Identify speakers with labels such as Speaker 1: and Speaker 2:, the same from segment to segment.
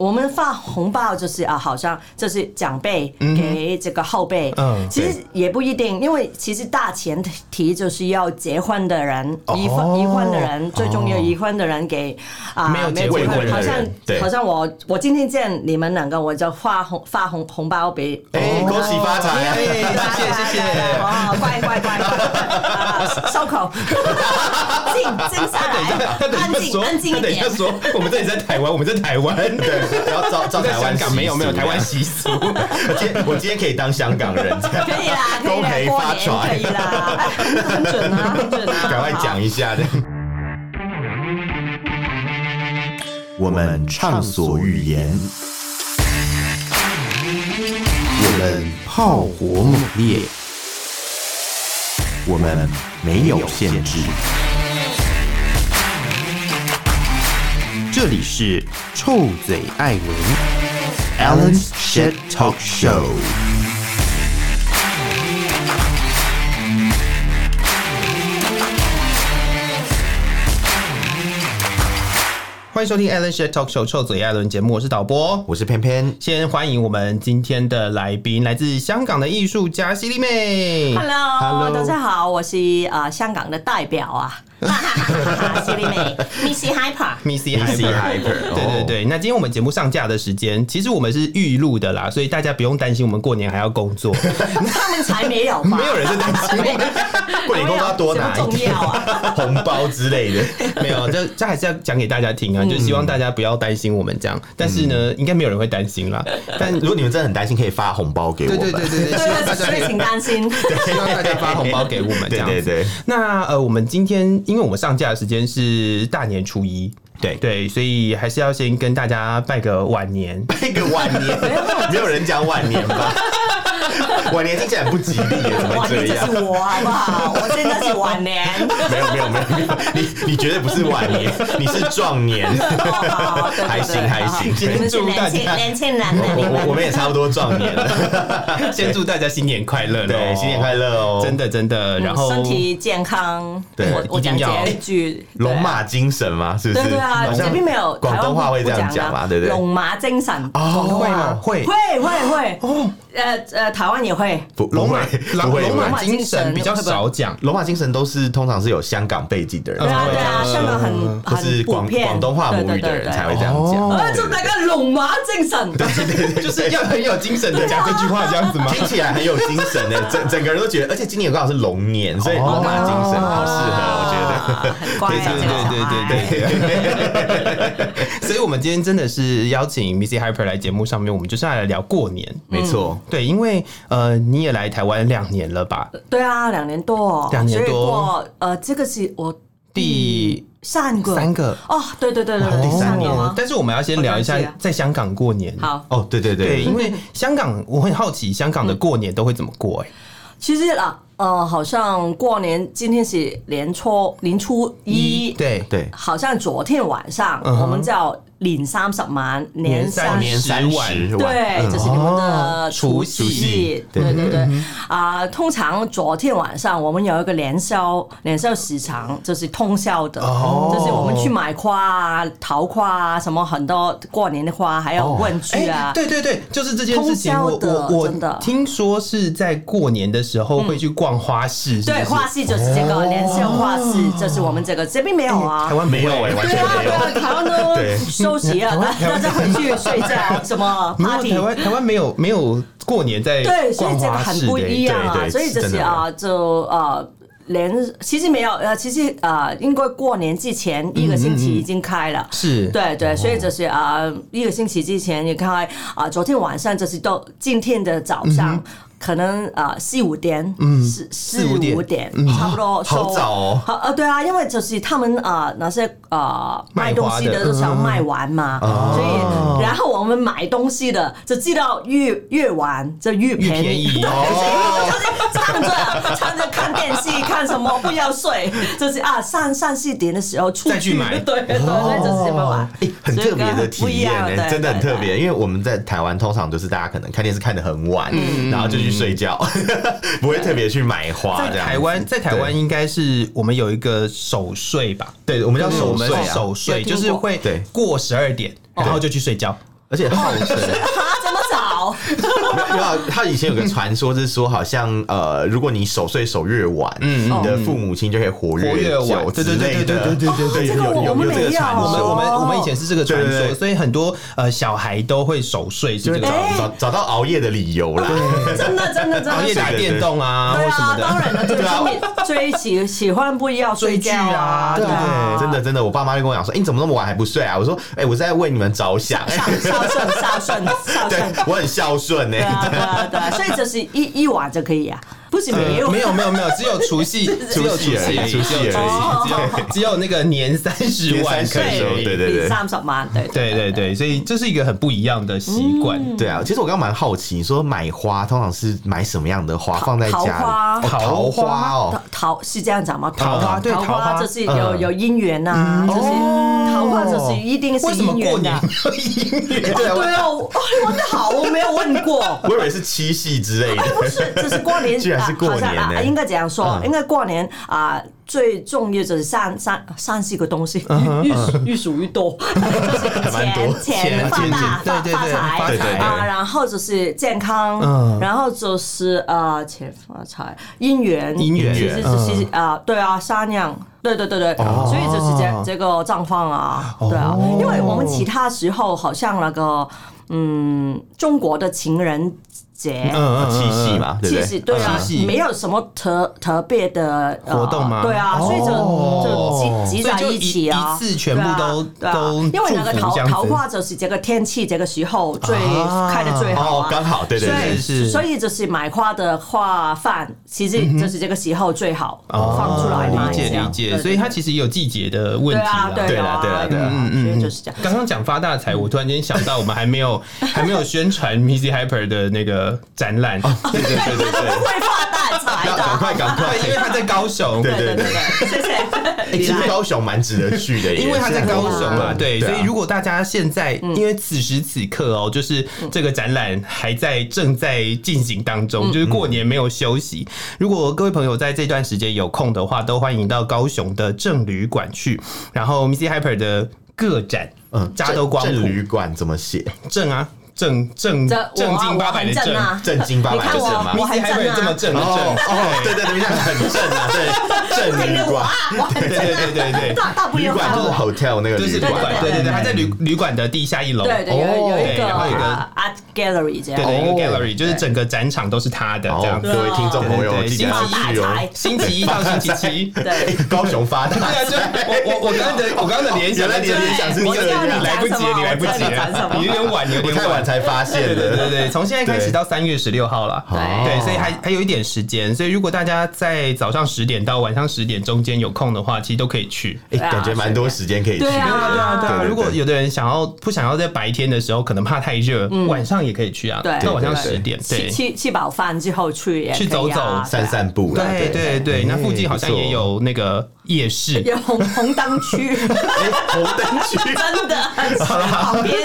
Speaker 1: 我们发红包就是啊，好像这是长辈给这个后辈，
Speaker 2: 嗯
Speaker 1: 其实也不一定，因为其实大前提就是要结婚的人，
Speaker 2: 哦
Speaker 1: 已婚已婚的人，
Speaker 2: 哦
Speaker 1: 最重要已婚的人给啊，
Speaker 2: 没有结婚的人
Speaker 1: 好像
Speaker 2: 对
Speaker 1: 好像我我今天见你们两个，我就发红发红红包给，
Speaker 2: 哎恭喜发财
Speaker 1: 哦哎
Speaker 2: 谢谢
Speaker 1: 发财
Speaker 2: 谢谢
Speaker 1: 来来来哦，乖乖乖乖，啊收口，静静下来
Speaker 2: 他，等
Speaker 1: 安
Speaker 2: 一下
Speaker 1: 静
Speaker 2: 说，
Speaker 1: 安静
Speaker 2: 他
Speaker 1: 一
Speaker 2: 等一下
Speaker 1: 点。
Speaker 2: 说，我们这里在台湾，我们在台湾，对，
Speaker 3: 然后 照照
Speaker 2: 在
Speaker 3: 台湾
Speaker 2: 香
Speaker 3: 习
Speaker 2: 港
Speaker 3: 俗
Speaker 2: 没有没有台湾习俗，
Speaker 3: 我 今天我今天可以当香港人，这样
Speaker 1: 可以啦，可
Speaker 3: 都可以
Speaker 1: 以啦，过
Speaker 3: 发
Speaker 1: 年
Speaker 3: 传
Speaker 1: 可以啦，哎很准啊，很准啊，
Speaker 3: 赶快讲一下这样。
Speaker 4: 我们畅所欲言，我们炮火猛烈，我们没有限制。这里是臭嘴艾文 Alan's Shit Talk Show。
Speaker 2: 欢迎收听 Alan s h a t Talk Show 臭嘴艾伦节目，我是导播。
Speaker 3: 我是偏偏，
Speaker 2: 先欢迎我们今天的来宾，来自香港的艺术家犀利妹。
Speaker 1: Hello，大家好，我是啊、呃香港的代表啊，哈哈哈哈犀利妹，Missy Hyper。
Speaker 2: Missy
Speaker 3: Missy Hyper，
Speaker 2: Hyper，
Speaker 3: 哦
Speaker 2: 对对对。那今天我们节目上架的时间，其实我们是预录的啦，所以大家不用担心我们过年还要工作，
Speaker 1: 他们才没有吧？
Speaker 2: 没有人在担心。
Speaker 3: 过年工作要多拿
Speaker 1: 这么
Speaker 3: 一
Speaker 1: 重
Speaker 3: 点
Speaker 1: 要啊！
Speaker 3: 红包之类的。
Speaker 2: 没有，这这还是要讲给大家听啊，就希望大家不要担心我们这样。但是呢，应该没有人会担心啦。但
Speaker 3: 但如果你们真的很担心，可以发红包给我
Speaker 2: 对
Speaker 3: 们。
Speaker 2: 对对对对，希望
Speaker 1: 对，
Speaker 2: 大家
Speaker 1: 所
Speaker 2: 可以
Speaker 1: 以请担心。
Speaker 2: 希望大家发红包给我们这样子。
Speaker 3: 对对对
Speaker 2: 那呃，我们今天因为我们上架的时间是大年初一，
Speaker 3: 对
Speaker 2: 对，所以还是要先跟大家拜个晚年。
Speaker 3: 那个晚年，没有人讲晚年吧？晚年听起来很不吉利耶，怎么
Speaker 1: 哇，
Speaker 3: 会
Speaker 1: 你
Speaker 3: 这
Speaker 1: 这
Speaker 3: 样
Speaker 1: 是？我好不好？我现在是晚年，
Speaker 3: 没有没有没有没有，你你绝对不是晚年，你是壮年，
Speaker 1: 哦对对对
Speaker 3: 还行还行
Speaker 1: 好好你们是
Speaker 2: 祝大
Speaker 1: 年轻
Speaker 2: 家
Speaker 1: 年轻人呢，你
Speaker 3: 我我我
Speaker 1: 们。
Speaker 3: 们也差不多壮年了。
Speaker 2: 先祝大家新年快乐，
Speaker 3: 对，新年快
Speaker 2: 乐。
Speaker 3: 乐哦！
Speaker 2: 真
Speaker 3: 的，
Speaker 2: 的真的，然后
Speaker 1: 身体健康，
Speaker 3: 对
Speaker 1: 我我
Speaker 2: 一定
Speaker 1: 讲
Speaker 2: 要
Speaker 1: 这一句，对
Speaker 3: 龙
Speaker 1: 啊
Speaker 3: 马精神嘛，是不
Speaker 1: 对
Speaker 3: 是？
Speaker 1: 对啊，
Speaker 3: 好像
Speaker 1: 这边没有
Speaker 3: 广东话会这样
Speaker 1: 讲啊
Speaker 3: 讲嘛，对不对？
Speaker 1: 龙马精神
Speaker 3: 哦
Speaker 2: 会吗？会
Speaker 1: 会会会哦，呃呃，台湾也会，
Speaker 3: 不，
Speaker 2: 龙马
Speaker 3: 不会
Speaker 2: 龙
Speaker 3: 不会，
Speaker 2: 马精神比较少讲，
Speaker 3: 龙马精神都是通常是有香港背景的人
Speaker 1: 对啊
Speaker 3: 嗯才会
Speaker 1: 对
Speaker 3: 这
Speaker 1: 啊，
Speaker 3: 样，
Speaker 1: 香港很
Speaker 3: 或是
Speaker 1: 很普
Speaker 3: 广
Speaker 1: 遍，
Speaker 3: 广东话母语的人才会这样
Speaker 2: 哦
Speaker 3: 讲。
Speaker 1: 啊，祝大家龙马精 神，
Speaker 2: 就是要很有精神的讲这句话这样子吗？
Speaker 3: 听起来很有精神的，整整个人都觉得，而且今年刚好是龙年，所以
Speaker 2: 哦
Speaker 3: 龙马精神好适合，我觉得。
Speaker 1: 得很乖啊，
Speaker 2: 对
Speaker 1: 这个小
Speaker 2: 对
Speaker 1: 孩
Speaker 2: 对对对对。 所以，我们今天真的是邀请 Missy Hyper 来节目上面，我们就是要来聊过年。
Speaker 3: 没错，
Speaker 2: 对，因为呃，你也来台湾两年了吧？
Speaker 1: 对啊，两年多，
Speaker 2: 两年多
Speaker 1: 所以过呃，这个是我
Speaker 2: 第
Speaker 1: 三个
Speaker 2: 三个哦
Speaker 1: 哦，对对对对，对
Speaker 3: 第三
Speaker 1: 个
Speaker 3: 年
Speaker 1: 吗？
Speaker 2: 但是我们要先聊一下
Speaker 1: 我了解啊
Speaker 2: 在香港过年。
Speaker 1: 好，
Speaker 3: 哦，对对
Speaker 2: 对，
Speaker 3: 对，
Speaker 2: 因为香港，我很好奇香港的过年都会怎么过、哎、
Speaker 1: 其实啊，呃，好像过年今天是年初年初一，
Speaker 2: 对
Speaker 3: 对
Speaker 1: 好像昨天晚上
Speaker 2: 嗯哼
Speaker 1: 我们叫年三十晚，年
Speaker 2: 三
Speaker 1: 三
Speaker 2: 年
Speaker 3: 三十晚，
Speaker 1: 对，
Speaker 2: 嗯
Speaker 1: 这是你们的
Speaker 2: 哦嗯
Speaker 1: 除
Speaker 2: 除
Speaker 1: 夕
Speaker 3: 夕，
Speaker 1: 对
Speaker 3: 对
Speaker 1: 对对。啊，通常昨天晚上我们有一个年宵，年宵市场就是通宵的，
Speaker 2: 哦
Speaker 1: 就是我们去买花啊、桃花啊，什么很多过年的花，还有问句啊。
Speaker 2: 哎哦对对对，就是这件事情。我
Speaker 1: 通宵的
Speaker 2: 我我
Speaker 1: 真的嗯
Speaker 2: 听说是在过年的时候会去逛花市，是不
Speaker 1: 对，
Speaker 2: 是
Speaker 1: 花市就是这
Speaker 2: 哦
Speaker 1: 个年宵花市，这是我们这个这边没有啊
Speaker 2: 台。湾不会
Speaker 3: 没有哎，完
Speaker 1: 对
Speaker 3: 全
Speaker 1: 啊，
Speaker 3: 没
Speaker 1: 对
Speaker 3: 有。
Speaker 1: 啊，台湾都
Speaker 3: 对
Speaker 1: 休息了，大大家回去睡觉，什么
Speaker 2: 没有
Speaker 1: party
Speaker 2: 台。湾台湾没有没有过年在
Speaker 1: 对，所以
Speaker 2: 哎逛
Speaker 1: 这个
Speaker 2: 花
Speaker 1: 很
Speaker 2: 市的、
Speaker 1: 不一样啊，
Speaker 3: 对对
Speaker 1: 所以就是
Speaker 3: 真的
Speaker 1: 啊，就啊。连其实没有，呃，其实啊，应该过年之前一个星期已经开了，
Speaker 2: 是
Speaker 1: 对对，所以就是啊，一个星期之前你看啊，昨天晚上就是到今天的早上，可能啊四五点，嗯，四四
Speaker 2: 五
Speaker 1: 五
Speaker 2: 点
Speaker 1: 点，差不多收
Speaker 3: 好早哦
Speaker 1: 好呃，对啊，因为就是他们啊那些啊卖
Speaker 2: 卖
Speaker 1: 东
Speaker 2: 花
Speaker 1: 西
Speaker 2: 的
Speaker 1: 的都想卖完嘛，
Speaker 2: 哦
Speaker 1: 所
Speaker 2: 嗯
Speaker 1: 以然后我们买东西的就知道越越晚就越
Speaker 2: 越
Speaker 1: 便
Speaker 2: 便
Speaker 1: 宜。哦
Speaker 2: 宜哦
Speaker 1: 就是唱着唱着看电视看什么不要睡， 就是啊上上四点的时候出去
Speaker 2: 再去买
Speaker 1: 对对，所以就是这么玩，
Speaker 3: 欸很特别的体验
Speaker 1: 所以跟不一
Speaker 3: 呢、
Speaker 1: 样
Speaker 3: 真的很特。
Speaker 1: 对对对
Speaker 3: 别。因为我们在台湾通常就是大家可能看电视看的很晚，
Speaker 2: 嗯
Speaker 3: 然后就去 睡觉，不会特别去买花
Speaker 2: 在
Speaker 3: 这样。
Speaker 2: 台湾，在台湾应该是我们有一个守岁吧，
Speaker 3: 对我们叫
Speaker 2: 嗯就是我
Speaker 3: 守
Speaker 2: 们
Speaker 3: 岁啊，
Speaker 2: 守岁，
Speaker 1: 有听过哦
Speaker 2: 就是会
Speaker 3: 对
Speaker 2: 过十二点，然后就去睡觉。
Speaker 3: 而且号 称。
Speaker 1: 啊，这么早？
Speaker 3: 没有啊，他以前有个传说，就是说好像呃，如果你守岁守越晚，你的父母亲就可以嗯活
Speaker 2: 活越
Speaker 3: 久
Speaker 2: 晚
Speaker 3: 之
Speaker 2: 对对
Speaker 3: 类的。
Speaker 2: 对对对
Speaker 3: 对
Speaker 1: 哎这个
Speaker 3: 有
Speaker 1: 我
Speaker 3: 有
Speaker 1: 们
Speaker 3: 有这个
Speaker 1: 没有啊
Speaker 3: 传
Speaker 2: 我们
Speaker 3: 说，
Speaker 2: 我们我们以前是这个传
Speaker 3: 对对
Speaker 2: 说，
Speaker 3: 对
Speaker 2: 所以很多呃小孩都会守岁是
Speaker 3: 就
Speaker 2: 这
Speaker 3: 是
Speaker 2: 个
Speaker 3: 找
Speaker 2: 状
Speaker 1: 哎
Speaker 2: 况。
Speaker 3: 找找到熬夜的理由啦。
Speaker 1: 真的真的真
Speaker 2: 哦熬夜
Speaker 1: 的。
Speaker 2: 打电动啊，
Speaker 1: 对
Speaker 2: 或什
Speaker 1: 啊
Speaker 2: 么，
Speaker 1: 当
Speaker 2: 的。
Speaker 1: 然了，追追喜喜欢不一样睡觉
Speaker 2: 追
Speaker 1: 对
Speaker 2: 剧啊
Speaker 1: 啊，
Speaker 3: 真的真的，我爸妈就跟我讲说，哎、你怎么那么晚还不睡啊？我说，哎、我是在为你们着想，
Speaker 1: 孝孝顺孝顺孝
Speaker 3: 对
Speaker 1: 顺。
Speaker 3: 我很孝顺呢、欸
Speaker 1: 对啊，对啊，对啊，所以就是一一晚就可以啊，不是没有
Speaker 2: 没有没有没有，只有除夕，只有除夕而已，
Speaker 3: 除夕而已
Speaker 2: 只有除夕只有只有那个年三十晚
Speaker 3: 年
Speaker 2: 可
Speaker 3: 30
Speaker 2: 以
Speaker 3: 的时候。对对对
Speaker 1: 比三十万，对
Speaker 2: 对对对，所以这是一个很不一样的习惯。
Speaker 3: 对啊，其实我刚刚蛮好奇，说买花通常是买什么样的花放在家里？
Speaker 1: 桃花
Speaker 3: 哦桃花
Speaker 1: 桃
Speaker 3: 哦，
Speaker 1: 桃是这样讲吗？
Speaker 2: 桃花嗯对
Speaker 1: 桃
Speaker 2: 桃花
Speaker 1: 花就是有有姻缘呐，就是桃花就是一定是
Speaker 2: 哦为什么
Speaker 1: 姻
Speaker 2: 过
Speaker 1: 缘
Speaker 2: 年
Speaker 1: 的。
Speaker 2: 要音乐？
Speaker 1: 对啊，我 我的好，我没有问过。
Speaker 3: 我以为是七夕之 类
Speaker 1: 不
Speaker 3: 的。
Speaker 1: 是，这是过年，
Speaker 3: 居然是过年
Speaker 1: 啊好像
Speaker 3: 呢
Speaker 1: 啊，应该这样说，
Speaker 3: 嗯
Speaker 1: 应该过年啊。最重要就是三三三四个东西，越越数越多， 就是
Speaker 3: 嗯蛮多
Speaker 1: 钱钱发
Speaker 2: 钱
Speaker 1: 大
Speaker 2: 钱
Speaker 1: 发
Speaker 2: 对对
Speaker 1: 发
Speaker 2: 对发
Speaker 3: 财对对
Speaker 1: 财
Speaker 3: 对
Speaker 1: 啊，然后就是健康
Speaker 2: 嗯，
Speaker 1: 然后就是呃钱发财姻缘
Speaker 2: 姻缘
Speaker 1: 其实
Speaker 3: 嗯
Speaker 1: 其实啊对啊三样。对对对对，
Speaker 3: 哦
Speaker 1: 所以就是这这个状况啊，对啊，因为我们其他时候好像那个，嗯，中国的情人节，
Speaker 2: 嗯
Speaker 3: 七夕嘛，对不
Speaker 1: 其
Speaker 3: 对？
Speaker 1: 实对啊
Speaker 2: 七夕，
Speaker 1: 没有什么特特别的呃
Speaker 2: 活动吗
Speaker 1: 对啊，所以就就
Speaker 2: 哦
Speaker 1: 集集
Speaker 2: 所以
Speaker 1: 在
Speaker 2: 就
Speaker 1: 起啊，
Speaker 2: 一一次全部都
Speaker 1: 对啊对啊
Speaker 2: 都
Speaker 1: 因为那个
Speaker 2: 祝福
Speaker 1: 桃
Speaker 2: 这样子
Speaker 1: 桃花就是这个天气这个时候最
Speaker 2: 啊
Speaker 1: 开的最好
Speaker 3: 哦
Speaker 1: 啊，。
Speaker 3: 刚好，对对
Speaker 1: 所
Speaker 3: 对
Speaker 1: 以，
Speaker 2: 是嗯
Speaker 1: 所以就是买花的话饭，其实就是这个时候最好放出来
Speaker 2: 哦
Speaker 1: 卖
Speaker 2: 理解
Speaker 1: 这样
Speaker 2: 理解，
Speaker 1: 对
Speaker 2: 所以它其实也有季节的问
Speaker 1: 对
Speaker 2: 题
Speaker 1: 啊
Speaker 2: 啦。
Speaker 1: 对啊
Speaker 3: 对啦对啦对啦
Speaker 2: 嗯
Speaker 1: 啊，所以就是这样。嗯
Speaker 2: 刚刚讲发大财，我突然间想到，我们还 没有还没有宣传 m i s s Hyper 的那个展览，
Speaker 3: 对对对对对，
Speaker 1: 不会发大财
Speaker 3: 要
Speaker 1: 的，
Speaker 3: 赶快赶快
Speaker 2: 对，，因为他在高雄，
Speaker 3: 对
Speaker 1: 对对对，谢
Speaker 3: 哎其
Speaker 1: 谢。
Speaker 3: 实高雄蛮值得去的耶，
Speaker 2: 因为他在高雄
Speaker 3: 是
Speaker 2: 嘛
Speaker 3: 啊，
Speaker 2: 对，所
Speaker 3: 啊
Speaker 2: 以如果大家现在，
Speaker 1: 嗯
Speaker 2: 因为此时此刻哦，就是这个展览还在正在进行当
Speaker 1: 嗯
Speaker 2: 中，就是过年没有休息。如果各位朋友在这段时间有空的话，都欢迎到高雄的正旅馆去，然后 Missy Hyper 的个展，嗯，加州光
Speaker 3: 正
Speaker 2: 谱
Speaker 3: 旅馆怎么写？
Speaker 2: 正啊。正正
Speaker 1: 这我
Speaker 2: 正
Speaker 1: 啊
Speaker 2: 经八
Speaker 1: 我
Speaker 2: 百的
Speaker 1: 很正啊，
Speaker 3: 正经八
Speaker 1: 你
Speaker 3: 百
Speaker 1: 看
Speaker 3: 就
Speaker 1: 我
Speaker 3: 是嘛
Speaker 1: 我
Speaker 2: m i
Speaker 1: 很
Speaker 2: s
Speaker 1: 正
Speaker 2: s Hyper 这么
Speaker 1: 啊，
Speaker 2: 正的
Speaker 3: 哦
Speaker 2: 正，
Speaker 3: 哦，对对对，你看很正啊，对，正
Speaker 1: 听
Speaker 3: 旅
Speaker 1: 着我
Speaker 3: 馆
Speaker 1: 啊，，我很
Speaker 2: 对
Speaker 1: 正
Speaker 2: 对
Speaker 1: 啊，
Speaker 2: 对对对。
Speaker 1: 大大不
Speaker 3: 旅
Speaker 1: 用
Speaker 3: 馆
Speaker 1: 烦
Speaker 3: 就是
Speaker 1: 我。
Speaker 3: hotel 那个
Speaker 2: 对
Speaker 3: 旅
Speaker 2: 是旅
Speaker 3: 馆，
Speaker 2: 馆，对对对，他在旅旅馆的地下一楼，
Speaker 1: 对对，有有一
Speaker 2: 哦对然后有一
Speaker 1: 个
Speaker 2: 个
Speaker 1: 啊 art gallery 这
Speaker 2: 对
Speaker 1: 样。
Speaker 2: 对，一个
Speaker 3: 哦
Speaker 2: gallery，就是整个展场都是他的这样
Speaker 3: 哦，
Speaker 2: 子。
Speaker 3: 各位听众朋友
Speaker 2: 对对对
Speaker 3: 记得要
Speaker 1: 星期一
Speaker 3: 去
Speaker 1: 发大
Speaker 3: 哦
Speaker 1: 财。
Speaker 2: 星期一到星期七。对
Speaker 1: 对，
Speaker 3: 高雄发达，
Speaker 2: 啊，就我我我刚刚的我刚刚的联想，
Speaker 3: 原来你的联想是
Speaker 2: 你
Speaker 3: 这样
Speaker 2: 来不及了，你来不及
Speaker 1: 我知道你讲什
Speaker 2: 了，
Speaker 1: 么
Speaker 2: 你有点晚，你有
Speaker 3: 我
Speaker 2: 点
Speaker 3: 太晚
Speaker 2: 晚。
Speaker 3: 才发现
Speaker 2: 对对对
Speaker 3: 的。
Speaker 2: 对，从现在开始到三月十六号了。
Speaker 1: 对
Speaker 2: 对，所以还还有一点时间，所以如果大家在早上十点到晚上十点中间有空的话，其实都可以去。
Speaker 3: 哎，感觉蛮多时间可以去的。
Speaker 1: 对啊
Speaker 2: 对啊，对啊！
Speaker 3: 对
Speaker 2: 如果有的人想要不想要在白天的时候，可能怕太热，晚上也可以去啊，
Speaker 1: 对
Speaker 2: 到晚上
Speaker 3: 对
Speaker 2: 十点，对
Speaker 1: 吃，吃吃饱饭之后去也可以啊
Speaker 2: 去走走
Speaker 1: 对啊
Speaker 3: 散散步啦，
Speaker 2: 对对
Speaker 3: 哎
Speaker 2: 对，那附近好像
Speaker 3: 不错
Speaker 2: 也有那个夜市，
Speaker 1: 有红红灯 区，
Speaker 3: 哎红灯区，
Speaker 1: 真的很熟旁边，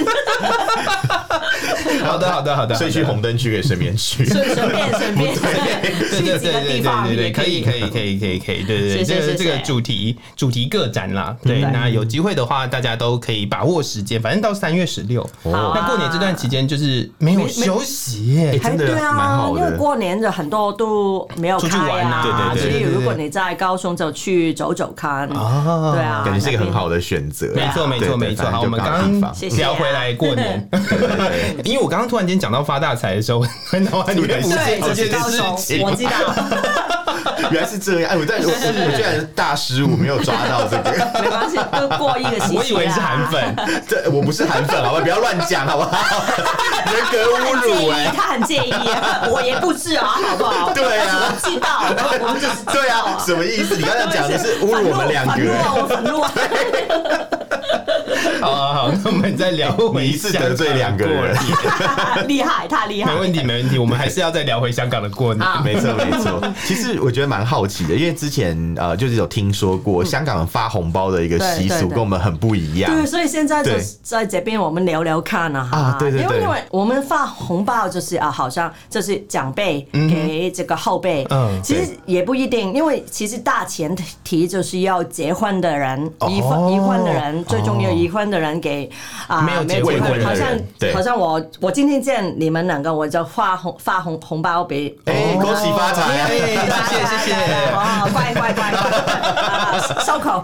Speaker 2: 好的，好的，好的，
Speaker 3: 所以去红灯区可以顺便去。
Speaker 1: 随随便随便
Speaker 2: 对对
Speaker 1: 去几
Speaker 2: 对
Speaker 1: 个
Speaker 2: 对
Speaker 1: 地方
Speaker 2: 对对，
Speaker 1: 也
Speaker 2: 可以可以可以可以可以，对对
Speaker 1: 谢
Speaker 2: 对，
Speaker 1: 谢
Speaker 2: 这个
Speaker 1: 谢谢
Speaker 2: 这个主题主题个展啦，对，那有机会的话，大家都可以把握时间，反正到三月十六，
Speaker 1: 好啊
Speaker 2: 那过年这段期间就是没有休息耶，
Speaker 1: 还
Speaker 3: 真的
Speaker 1: 对
Speaker 3: 蛮
Speaker 1: 啊
Speaker 3: 好，的
Speaker 1: 因为过年的很多都没有
Speaker 2: 出去
Speaker 1: 开
Speaker 2: 玩啊
Speaker 1: 啊，
Speaker 3: 对对对
Speaker 1: 所以
Speaker 2: 对对对
Speaker 1: 如果你在高雄就去走走看，
Speaker 2: 啊
Speaker 1: 对啊，
Speaker 3: 感觉是一个很
Speaker 1: 那边。
Speaker 3: 好的选择，
Speaker 2: 没错，没
Speaker 3: 对
Speaker 2: 错，
Speaker 3: 对
Speaker 2: 没错。
Speaker 3: 反正
Speaker 2: 好，我们
Speaker 3: 就刚好
Speaker 2: 刚刚
Speaker 3: 地方
Speaker 1: 谢谢啊
Speaker 2: 聊回来过年，
Speaker 3: 对对对
Speaker 2: 因为我刚刚突然间讲到发大财的时候， 我脑海里面浮
Speaker 1: 对，
Speaker 2: 现
Speaker 1: 就
Speaker 2: 这
Speaker 1: 是
Speaker 2: 件
Speaker 1: 高
Speaker 2: 事情
Speaker 1: 雄，。我知道，
Speaker 3: 原来是这样，哎，我但我我居然大失误，没有抓到这个。
Speaker 1: 没关系，都过一个啊时期啦
Speaker 2: 我以为是韩粉，
Speaker 3: 这我不是韩粉，好吧，不要乱讲，好不好？ 人格
Speaker 1: 他
Speaker 3: 侮
Speaker 1: 很介
Speaker 3: 辱
Speaker 1: 意，
Speaker 3: 哎、
Speaker 1: 他很介意啊，我也不是啊，好不好？
Speaker 3: 对啊
Speaker 1: 但是我知道，我们就是
Speaker 3: 对啊，什么意思？你刚才讲的是侮辱我们两个、
Speaker 1: 反怒啊，我
Speaker 3: 哎
Speaker 1: 反怒啊，
Speaker 2: 好好好，那我们再聊回
Speaker 3: 你一次得罪两个人
Speaker 2: 香港的过 年
Speaker 1: 厉害，太厉害
Speaker 2: 没
Speaker 1: 了，
Speaker 2: 问题，没问题，我们还是要再聊回香港的过年。
Speaker 1: 啊
Speaker 3: 没错没错，其实我觉得蛮好奇的，因为之前呃就是有听说过香港发红包的一个习
Speaker 1: 嗯对对
Speaker 3: 俗
Speaker 1: 对
Speaker 3: 跟我们很不一样，
Speaker 1: 对，所以现在就
Speaker 3: 对
Speaker 1: 在这边我们聊聊看啊，哈
Speaker 3: 啊对对
Speaker 1: 因
Speaker 3: 对
Speaker 1: 为因为我们发红包就是啊，好像就是长辈给这个后辈，
Speaker 2: 嗯
Speaker 1: 其实也不一定，因为其实大前提就是要结婚的人，已婚已婚的人最种有已婚的人给啊、
Speaker 2: 没有结
Speaker 1: 结
Speaker 2: 婚的
Speaker 1: 婚，
Speaker 2: 人
Speaker 1: 好像
Speaker 3: 对
Speaker 1: 好像我我今天见你们两个，我就发红发红红包给
Speaker 3: 哎，恭喜发财啊！
Speaker 2: 哎谢谢谢谢。
Speaker 1: 哦，乖乖乖乖，啊收口，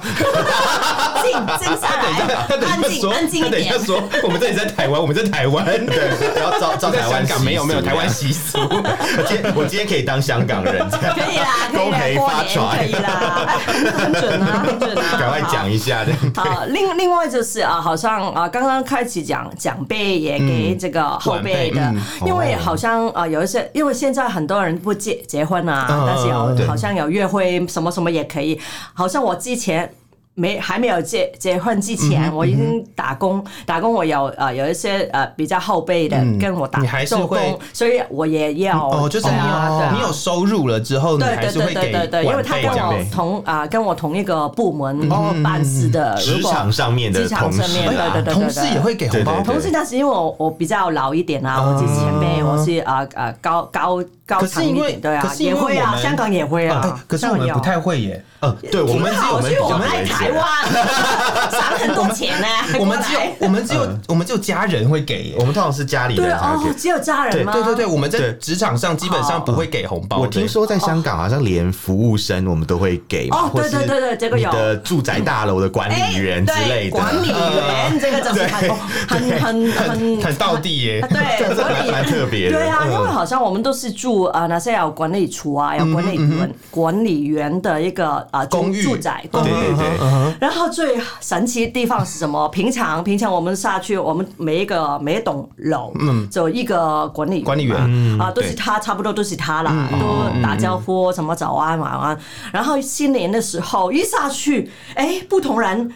Speaker 1: 静静下来，
Speaker 2: 他等
Speaker 1: 哎安
Speaker 2: 一下
Speaker 1: 静
Speaker 2: 说，
Speaker 1: 安静
Speaker 2: 他
Speaker 1: 一
Speaker 2: 等一下
Speaker 1: 点。
Speaker 2: 说，我们这里在台湾，我们在 台湾，
Speaker 3: 对，然后照照
Speaker 2: 在
Speaker 3: 台湾
Speaker 2: 香
Speaker 1: 啊
Speaker 2: 港没有没有台湾
Speaker 3: 习
Speaker 2: 习俗。
Speaker 3: 俗这样，我今天我今天可以当香港人，这样
Speaker 1: 可以啦，可
Speaker 3: 恭
Speaker 1: 以
Speaker 3: 喜
Speaker 1: 啦，过
Speaker 3: 发
Speaker 1: 年可以
Speaker 3: 财，
Speaker 1: 啦，哎很准啊，很准啊，
Speaker 3: 赶快
Speaker 1: 好
Speaker 3: 讲一下这样。
Speaker 1: 好，另另外就是啊，好像啊，刚刚开始讲长辈也给这个后辈的，
Speaker 2: 晚辈嗯
Speaker 1: 因为好像啊有一些，因为现在很多人不结结婚啊，
Speaker 2: 嗯
Speaker 1: 但是
Speaker 2: 嗯对
Speaker 1: 有好像有约会什么什么也可以，好像我之前。没还没有结结婚之
Speaker 2: 嗯
Speaker 1: 前，我已经打工，打工我有呃有一些呃比较后辈的
Speaker 2: 嗯
Speaker 1: 跟我打
Speaker 2: 你还是
Speaker 1: 做
Speaker 2: 会
Speaker 1: 工，所以我也要
Speaker 2: 哦，就是
Speaker 1: 对
Speaker 2: 你
Speaker 1: 啊对啊
Speaker 2: 有你有收入了之后，你
Speaker 1: 对
Speaker 2: 还
Speaker 1: 对
Speaker 2: 是会
Speaker 1: 对
Speaker 2: 给
Speaker 1: 对对对，因为
Speaker 2: 晚
Speaker 1: 他
Speaker 2: 辈嗯
Speaker 1: 跟
Speaker 2: 这样
Speaker 1: 我同啊、跟我同一个部门哦办事
Speaker 2: 嗯
Speaker 1: 的，如
Speaker 3: 职
Speaker 1: 果
Speaker 3: 场上面的
Speaker 1: 职场
Speaker 3: 同
Speaker 1: 上面
Speaker 3: 事
Speaker 1: 对
Speaker 3: 啊
Speaker 1: 对对对对，
Speaker 2: 同事也会给红包
Speaker 3: 对对，对
Speaker 1: 同事，但是因为我我比较老一点啊，我是前辈，我是啊啊高高高
Speaker 2: 哦可是
Speaker 1: 层一
Speaker 2: 因为
Speaker 1: 点，对啊
Speaker 2: 可，是因为
Speaker 1: 也会
Speaker 2: 我
Speaker 1: 啊，
Speaker 2: 们
Speaker 1: 香港也会
Speaker 2: 哎
Speaker 1: 啊，
Speaker 2: 可是我们
Speaker 1: 香港有
Speaker 2: 不太会耶，
Speaker 3: 嗯，对我们
Speaker 1: 挺
Speaker 3: 只
Speaker 1: 好，
Speaker 3: 有我
Speaker 1: 所
Speaker 3: 们
Speaker 1: 以我爱
Speaker 3: 比较
Speaker 1: 台
Speaker 3: 理解，
Speaker 1: 湾， 省很多钱呢，
Speaker 2: 我们只有
Speaker 1: 过来
Speaker 2: 我们只有我们只有家人会给耶
Speaker 3: 我。们通常是家里
Speaker 1: 对
Speaker 3: 人才
Speaker 1: 哦
Speaker 3: 会给，。
Speaker 1: 只有家人吗？
Speaker 2: 啊对对对，我们在
Speaker 3: 对
Speaker 2: 职场上基本上不会给红包的。
Speaker 3: 我听说在香港好像连服务生我们都会给嘛，
Speaker 1: 哦
Speaker 3: 或是
Speaker 1: 对对对对这个
Speaker 3: 你
Speaker 1: 有
Speaker 3: 的住宅大楼的管理员之
Speaker 1: 对
Speaker 3: 类的，
Speaker 1: 管理员这个就是很很很很
Speaker 2: 很到地耶
Speaker 1: 啊，对，所
Speaker 3: 蛮
Speaker 1: 以
Speaker 3: 蛮特别的。
Speaker 1: 对啊，
Speaker 3: 嗯
Speaker 1: 因为好像我们都是住啊，呃那些有管理处啊，有管理员管理员的一个啊
Speaker 2: 公寓
Speaker 1: 住宅公寓
Speaker 3: 对。对对
Speaker 1: 然后最神奇的地方是什么？平常平常我们下去，我们每一个每一栋楼，嗯，就一个管理
Speaker 2: 管理员
Speaker 1: 嘛
Speaker 2: 嗯
Speaker 1: 啊，都是
Speaker 2: 对
Speaker 1: 他，差不多都是他啦，都打招呼，什么早安、晚安。然后新年的时候一下去，哎，不同人。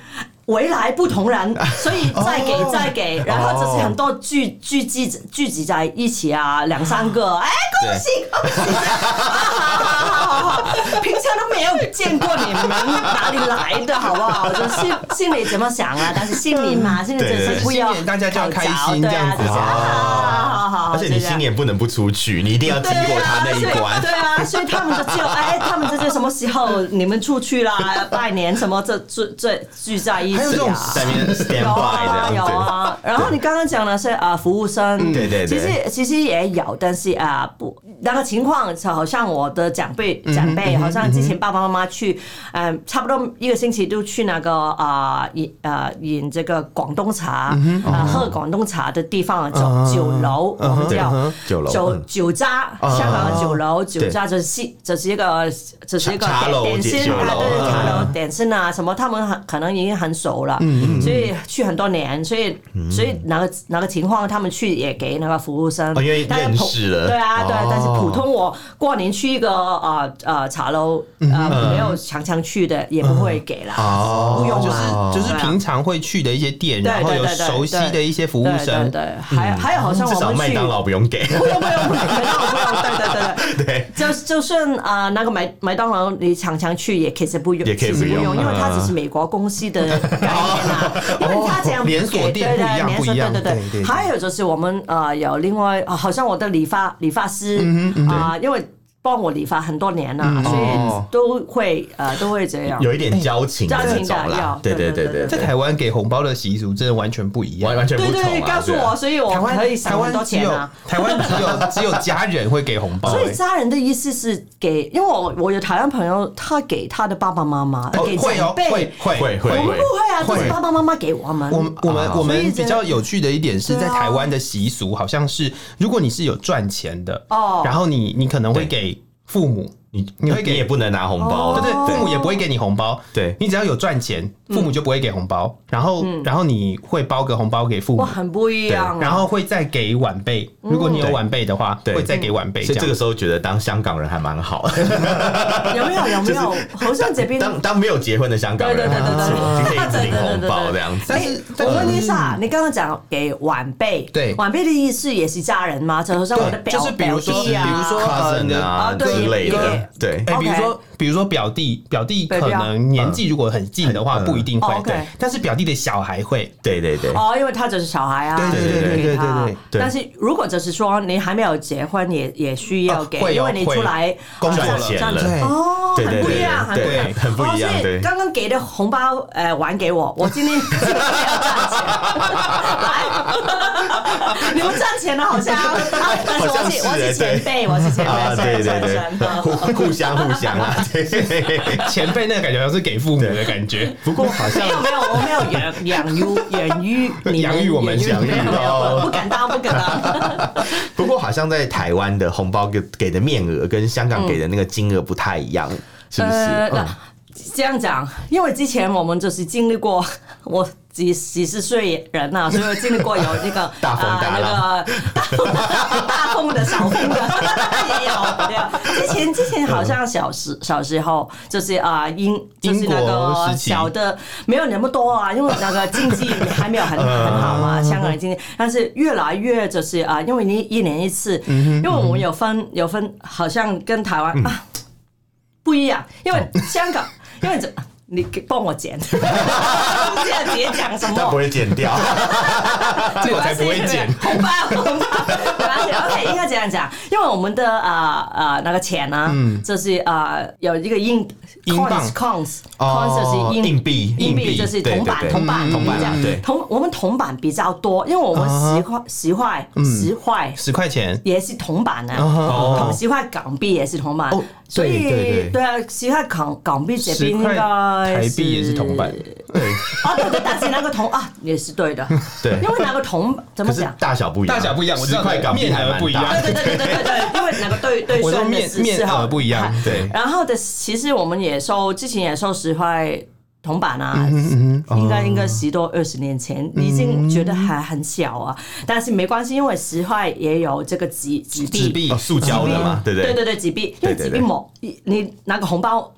Speaker 1: 回来不同人，所以再给再给，然后就是很多聚聚集聚集在一起啊，两三个，哎，恭喜恭喜！平常都没有见过你们哪里来的，好不好？就心心里怎么想啊？但是心里嘛，心里就是不要
Speaker 2: 对大家就要开心
Speaker 1: 搞着啊
Speaker 2: 这样子
Speaker 1: 对啊
Speaker 3: 啊
Speaker 1: 好好好好，
Speaker 3: 而且你
Speaker 1: 就这样
Speaker 3: 新。年不能不出去，你一定要经过他那一关。
Speaker 1: 对啊，所以对啊所以他们就只有哎，他们这些什么时候你们出去啦，拜年什么这这这聚在一
Speaker 2: 还有这
Speaker 1: 起
Speaker 2: 种
Speaker 1: 啊，
Speaker 3: 在那边 stand
Speaker 1: 有
Speaker 3: by
Speaker 1: 啊
Speaker 3: 这
Speaker 1: 有
Speaker 3: 样子，
Speaker 1: 啊。然后你刚刚讲的是啊、呃服务生，
Speaker 3: 嗯对对对
Speaker 1: 其实其实也有，但是啊、不那个情况是好像我的长辈
Speaker 3: 嗯
Speaker 1: 长辈，好像之前爸爸妈妈去，嗯、差不多一个星期都去那个啊饮啊饮这个广东茶啊、
Speaker 3: 嗯哦
Speaker 1: 喝广东茶的地方
Speaker 3: 啊
Speaker 1: 酒酒楼，我们
Speaker 3: 对
Speaker 1: 叫。
Speaker 3: 酒楼
Speaker 1: 酒
Speaker 3: 嗯
Speaker 1: 酒家，香港的酒楼，酒家就是西，就是一个就是一个
Speaker 3: 茶茶楼
Speaker 1: 点
Speaker 3: 酒
Speaker 1: 心
Speaker 3: 楼
Speaker 1: 啊，对
Speaker 3: 嗯
Speaker 1: 茶楼点心啊什么，他们很可能已经很熟了，
Speaker 2: 嗯
Speaker 1: 所以去很多年，所以所以哪个哪个情况他们去也给那个服务生
Speaker 3: 哦，因为
Speaker 1: 但是
Speaker 3: 认
Speaker 1: 普
Speaker 3: 识了
Speaker 1: 对啊对啊
Speaker 3: 哦，
Speaker 1: 但是普通我过年去一个呃呃茶楼呃没有常常去的也不会给啦，
Speaker 3: 哦
Speaker 1: 不用
Speaker 2: 嗯就
Speaker 1: 啦，
Speaker 2: 是就是
Speaker 1: 对啊
Speaker 2: 平常会去的一些店，
Speaker 1: 对
Speaker 2: 然后
Speaker 1: 对
Speaker 2: 有
Speaker 1: 对对
Speaker 2: 熟悉的一些服务
Speaker 1: 对对
Speaker 2: 生，嗯
Speaker 1: 对，还还有好像
Speaker 3: 至
Speaker 1: 我
Speaker 3: 少
Speaker 1: 们
Speaker 3: 麦
Speaker 1: 去
Speaker 3: 当劳不 用给。
Speaker 1: 不用不 用不用，麦当劳不用，对对对对。
Speaker 3: 对，
Speaker 1: 就就算啊、呃那个麦麦当劳你常常去也其实不用，
Speaker 3: 也可以
Speaker 1: 其实
Speaker 3: 不用
Speaker 1: 用，因为它
Speaker 3: 嗯
Speaker 1: 只是美国公司的概念啊，因为它这样
Speaker 2: 哦连锁
Speaker 1: 给对
Speaker 2: 店不一
Speaker 1: 对
Speaker 2: 样
Speaker 1: 连
Speaker 2: 不
Speaker 1: 锁
Speaker 2: 一样
Speaker 1: 对
Speaker 2: 对对对
Speaker 1: 对。还有就是我们啊有另外，啊好像我的理发理发师
Speaker 2: 嗯
Speaker 1: 啊、因为帮我理发很多年了、所
Speaker 3: 哦
Speaker 1: 以都会呃都会这样。
Speaker 3: 有一点交情的那种
Speaker 1: 交情的
Speaker 3: 啦
Speaker 1: 要。
Speaker 3: 对对
Speaker 1: 对
Speaker 3: 对
Speaker 1: 对
Speaker 3: 对，
Speaker 2: 在
Speaker 3: 对
Speaker 2: 台湾给红包的习俗真的完全不一样
Speaker 3: 完。完全不
Speaker 1: 对
Speaker 3: 同啊
Speaker 1: 对，告诉
Speaker 3: 对啊
Speaker 1: 我，所以我
Speaker 2: 台湾
Speaker 1: 可以
Speaker 2: 台
Speaker 1: 省很多
Speaker 2: 湾只
Speaker 1: 钱
Speaker 2: 有
Speaker 1: 啊。
Speaker 2: 台湾只有只有家人会给红包，
Speaker 1: 所以
Speaker 2: 哎
Speaker 1: 家人的意思是给，因为我我有台湾朋友，他给他的爸爸妈妈，
Speaker 2: 哦
Speaker 1: 给
Speaker 2: 会
Speaker 1: 长
Speaker 2: 哦
Speaker 1: 辈，
Speaker 2: 会会
Speaker 3: 会
Speaker 1: 我们
Speaker 3: 会
Speaker 1: 不会啊，都
Speaker 2: 会
Speaker 1: 是爸爸妈妈给我们。
Speaker 2: 我们
Speaker 3: 嗯
Speaker 2: 我
Speaker 3: 啊
Speaker 2: 们我
Speaker 1: 所以
Speaker 2: 们
Speaker 1: 这
Speaker 2: 比较有趣的一点是
Speaker 1: 对啊
Speaker 2: 在台湾的习俗，好像是如果你是有赚钱的
Speaker 1: 哦
Speaker 2: 然后你你可能会
Speaker 3: 对
Speaker 2: 给父母，
Speaker 3: 你
Speaker 2: 你会给
Speaker 3: 也不能拿红包，啊
Speaker 1: 哦
Speaker 2: 对对，
Speaker 1: 对
Speaker 2: 父母也不会给你红包，
Speaker 3: 对
Speaker 2: 你只要有赚钱，父母就不会给红包，然后然后你会包个红包给父
Speaker 1: 嗯哇，
Speaker 2: 母，
Speaker 1: 很不一样啊。嗯
Speaker 2: 然后会再给晚辈，如果你有晚辈的话，
Speaker 3: 对
Speaker 2: 会再给晚辈，
Speaker 3: 所以这
Speaker 2: 样
Speaker 3: 个时候觉得当香港人还蛮好，
Speaker 1: 有没有有没有？好像这边
Speaker 3: 当当没有结婚的香港人，
Speaker 1: 对对对对啊对
Speaker 3: 就可以一直领红包
Speaker 1: 对对对对对
Speaker 3: 这样子。
Speaker 2: 但是
Speaker 1: 哎
Speaker 2: 但
Speaker 1: 我
Speaker 2: 是嗯
Speaker 1: 问你一下，你刚刚讲给晚辈，
Speaker 2: 对
Speaker 1: 晚辈的意思也是家人吗？就好像我的
Speaker 2: 对，
Speaker 1: 表
Speaker 2: 就是比如说，
Speaker 1: 表弟啊
Speaker 2: 比如说呃，
Speaker 3: cousin
Speaker 2: 你的
Speaker 3: 啊
Speaker 1: 啊，对
Speaker 3: 之类
Speaker 1: 也
Speaker 3: 的
Speaker 1: 也对
Speaker 3: 对
Speaker 2: 哎、
Speaker 1: OK
Speaker 2: 比如说，比如说表弟，表弟
Speaker 1: 对
Speaker 2: 可
Speaker 1: 表啊
Speaker 2: 能年纪如果很近的话，
Speaker 3: 嗯
Speaker 2: 不一定
Speaker 1: 哦
Speaker 2: 会，
Speaker 1: ，OK
Speaker 2: 对。但是表弟的小孩会，
Speaker 3: 对对对，
Speaker 1: 哦，因为他只是小孩啊，
Speaker 2: 对对对
Speaker 1: 你就给
Speaker 2: 对对
Speaker 1: 他
Speaker 2: 对对
Speaker 3: 对
Speaker 1: 但是如果只是说你还没有结婚也，也需要给，
Speaker 2: 啊会有
Speaker 1: 因为你出来
Speaker 2: 工作
Speaker 1: 好
Speaker 2: 了
Speaker 1: 像
Speaker 3: 赚钱
Speaker 1: 赚
Speaker 3: 了
Speaker 1: 钱哦，
Speaker 3: 对对
Speaker 1: 很不一
Speaker 3: 对
Speaker 1: 样，很不一
Speaker 3: 对
Speaker 1: 样，
Speaker 3: 很不一样
Speaker 1: 哦所以
Speaker 3: 对
Speaker 1: 刚刚给的红包，呃，还给我，我今天 今天要赚钱，来，你们赚钱了好 像，啊但是我
Speaker 3: 像
Speaker 1: 是
Speaker 3: 是
Speaker 1: 我
Speaker 3: 哎
Speaker 1: 是前
Speaker 3: 对
Speaker 1: 辈，我是前辈，
Speaker 3: 啊，对对
Speaker 1: 算
Speaker 3: 对
Speaker 1: 算，算
Speaker 3: 互互相互相 啊，对。
Speaker 2: 前辈那个感觉好像是给父母的感觉。
Speaker 3: 不过好像
Speaker 1: 没有没有，我没有养养育养育你
Speaker 2: 养育我们
Speaker 1: 养育 没
Speaker 3: 养育
Speaker 1: 有没有
Speaker 3: 哦
Speaker 1: 不敢当不敢当，
Speaker 3: 不过好像在台湾的红包给给的面额跟香港给的那个金额不太一样，是不是？
Speaker 1: 呃那
Speaker 3: 嗯
Speaker 1: 这样讲，因为之前我们就是经历过我。几几十岁人呐、所以我经历过有那个
Speaker 3: 大风
Speaker 1: 呃那
Speaker 3: 大
Speaker 1: 个大风大风的小风的也有，对啊。之前之前好像小时小时候就是啊、英就是那
Speaker 2: 英国
Speaker 1: 个
Speaker 2: 时期
Speaker 1: 小的没有那么多啊，因为那个经济还没有很很好嘛，
Speaker 3: 嗯
Speaker 1: 香港的经济，但是越来越就是啊、因为你一年一次，
Speaker 3: 嗯
Speaker 1: 因为我们有分有分，好像跟台湾、啊。不一样，因
Speaker 3: 哦
Speaker 1: 为香港， 因为这你给帮我 剪，这样直接讲什
Speaker 3: 但不
Speaker 1: 么？
Speaker 3: 会剪 掉，
Speaker 2: 这个我才不会剪
Speaker 1: 没 关系，没关系红包红包，没关系，OK，应该这样讲，因为我们的啊啊、呃那个钱呢、
Speaker 3: 嗯
Speaker 1: 就是啊、呃有一个英
Speaker 2: 英镑
Speaker 1: cons
Speaker 3: 哦
Speaker 1: cons 就是
Speaker 3: 硬币
Speaker 1: 硬
Speaker 3: 硬币
Speaker 1: 币就是
Speaker 3: 对
Speaker 1: 铜
Speaker 3: 对
Speaker 1: 板
Speaker 3: 对
Speaker 1: 铜板
Speaker 3: 嗯铜板
Speaker 1: 这样
Speaker 3: 对啊
Speaker 1: 铜我们铜板比较多，因为我们十块十块
Speaker 3: 嗯
Speaker 1: 十块
Speaker 2: 十块钱，
Speaker 1: 也是铜板啊，
Speaker 2: 哦
Speaker 1: 同十块港币也是铜板
Speaker 3: 哦，
Speaker 1: 所
Speaker 3: 对对对
Speaker 1: 以对啊，十块港港币这边
Speaker 2: 十
Speaker 1: 应
Speaker 2: 块
Speaker 1: 该
Speaker 2: 台币也是铜板，
Speaker 3: 对
Speaker 1: 啊，对对，但是那个铜啊也是对的，
Speaker 3: 对
Speaker 1: 因。为那个铜怎么
Speaker 3: 可是
Speaker 1: 讲？
Speaker 3: 大小不一样，
Speaker 2: 大小不一样我知
Speaker 3: 十
Speaker 2: 道
Speaker 3: 块港币
Speaker 2: 面
Speaker 3: 还
Speaker 2: 额
Speaker 3: 蛮
Speaker 2: 不一样
Speaker 3: 大
Speaker 1: 对对对对对对，因为那个对对
Speaker 2: 我说
Speaker 1: 算的
Speaker 2: 面
Speaker 1: 是
Speaker 2: 面
Speaker 1: 是好
Speaker 2: 额不一样，
Speaker 3: 对
Speaker 1: 然后的，其实我们也收，之前也收十块铜板啊，应该应该十多二十年前，已经觉得还很小啊，但是没关系，因为十块也有这个纸纸币，
Speaker 2: 纸币
Speaker 3: 哦，塑胶的
Speaker 2: 嗯
Speaker 3: 嘛，对不
Speaker 1: 对对
Speaker 3: 对？
Speaker 1: 对，纸币，因为
Speaker 3: 对对
Speaker 1: 纸
Speaker 3: 对
Speaker 1: 币抹一你拿个红包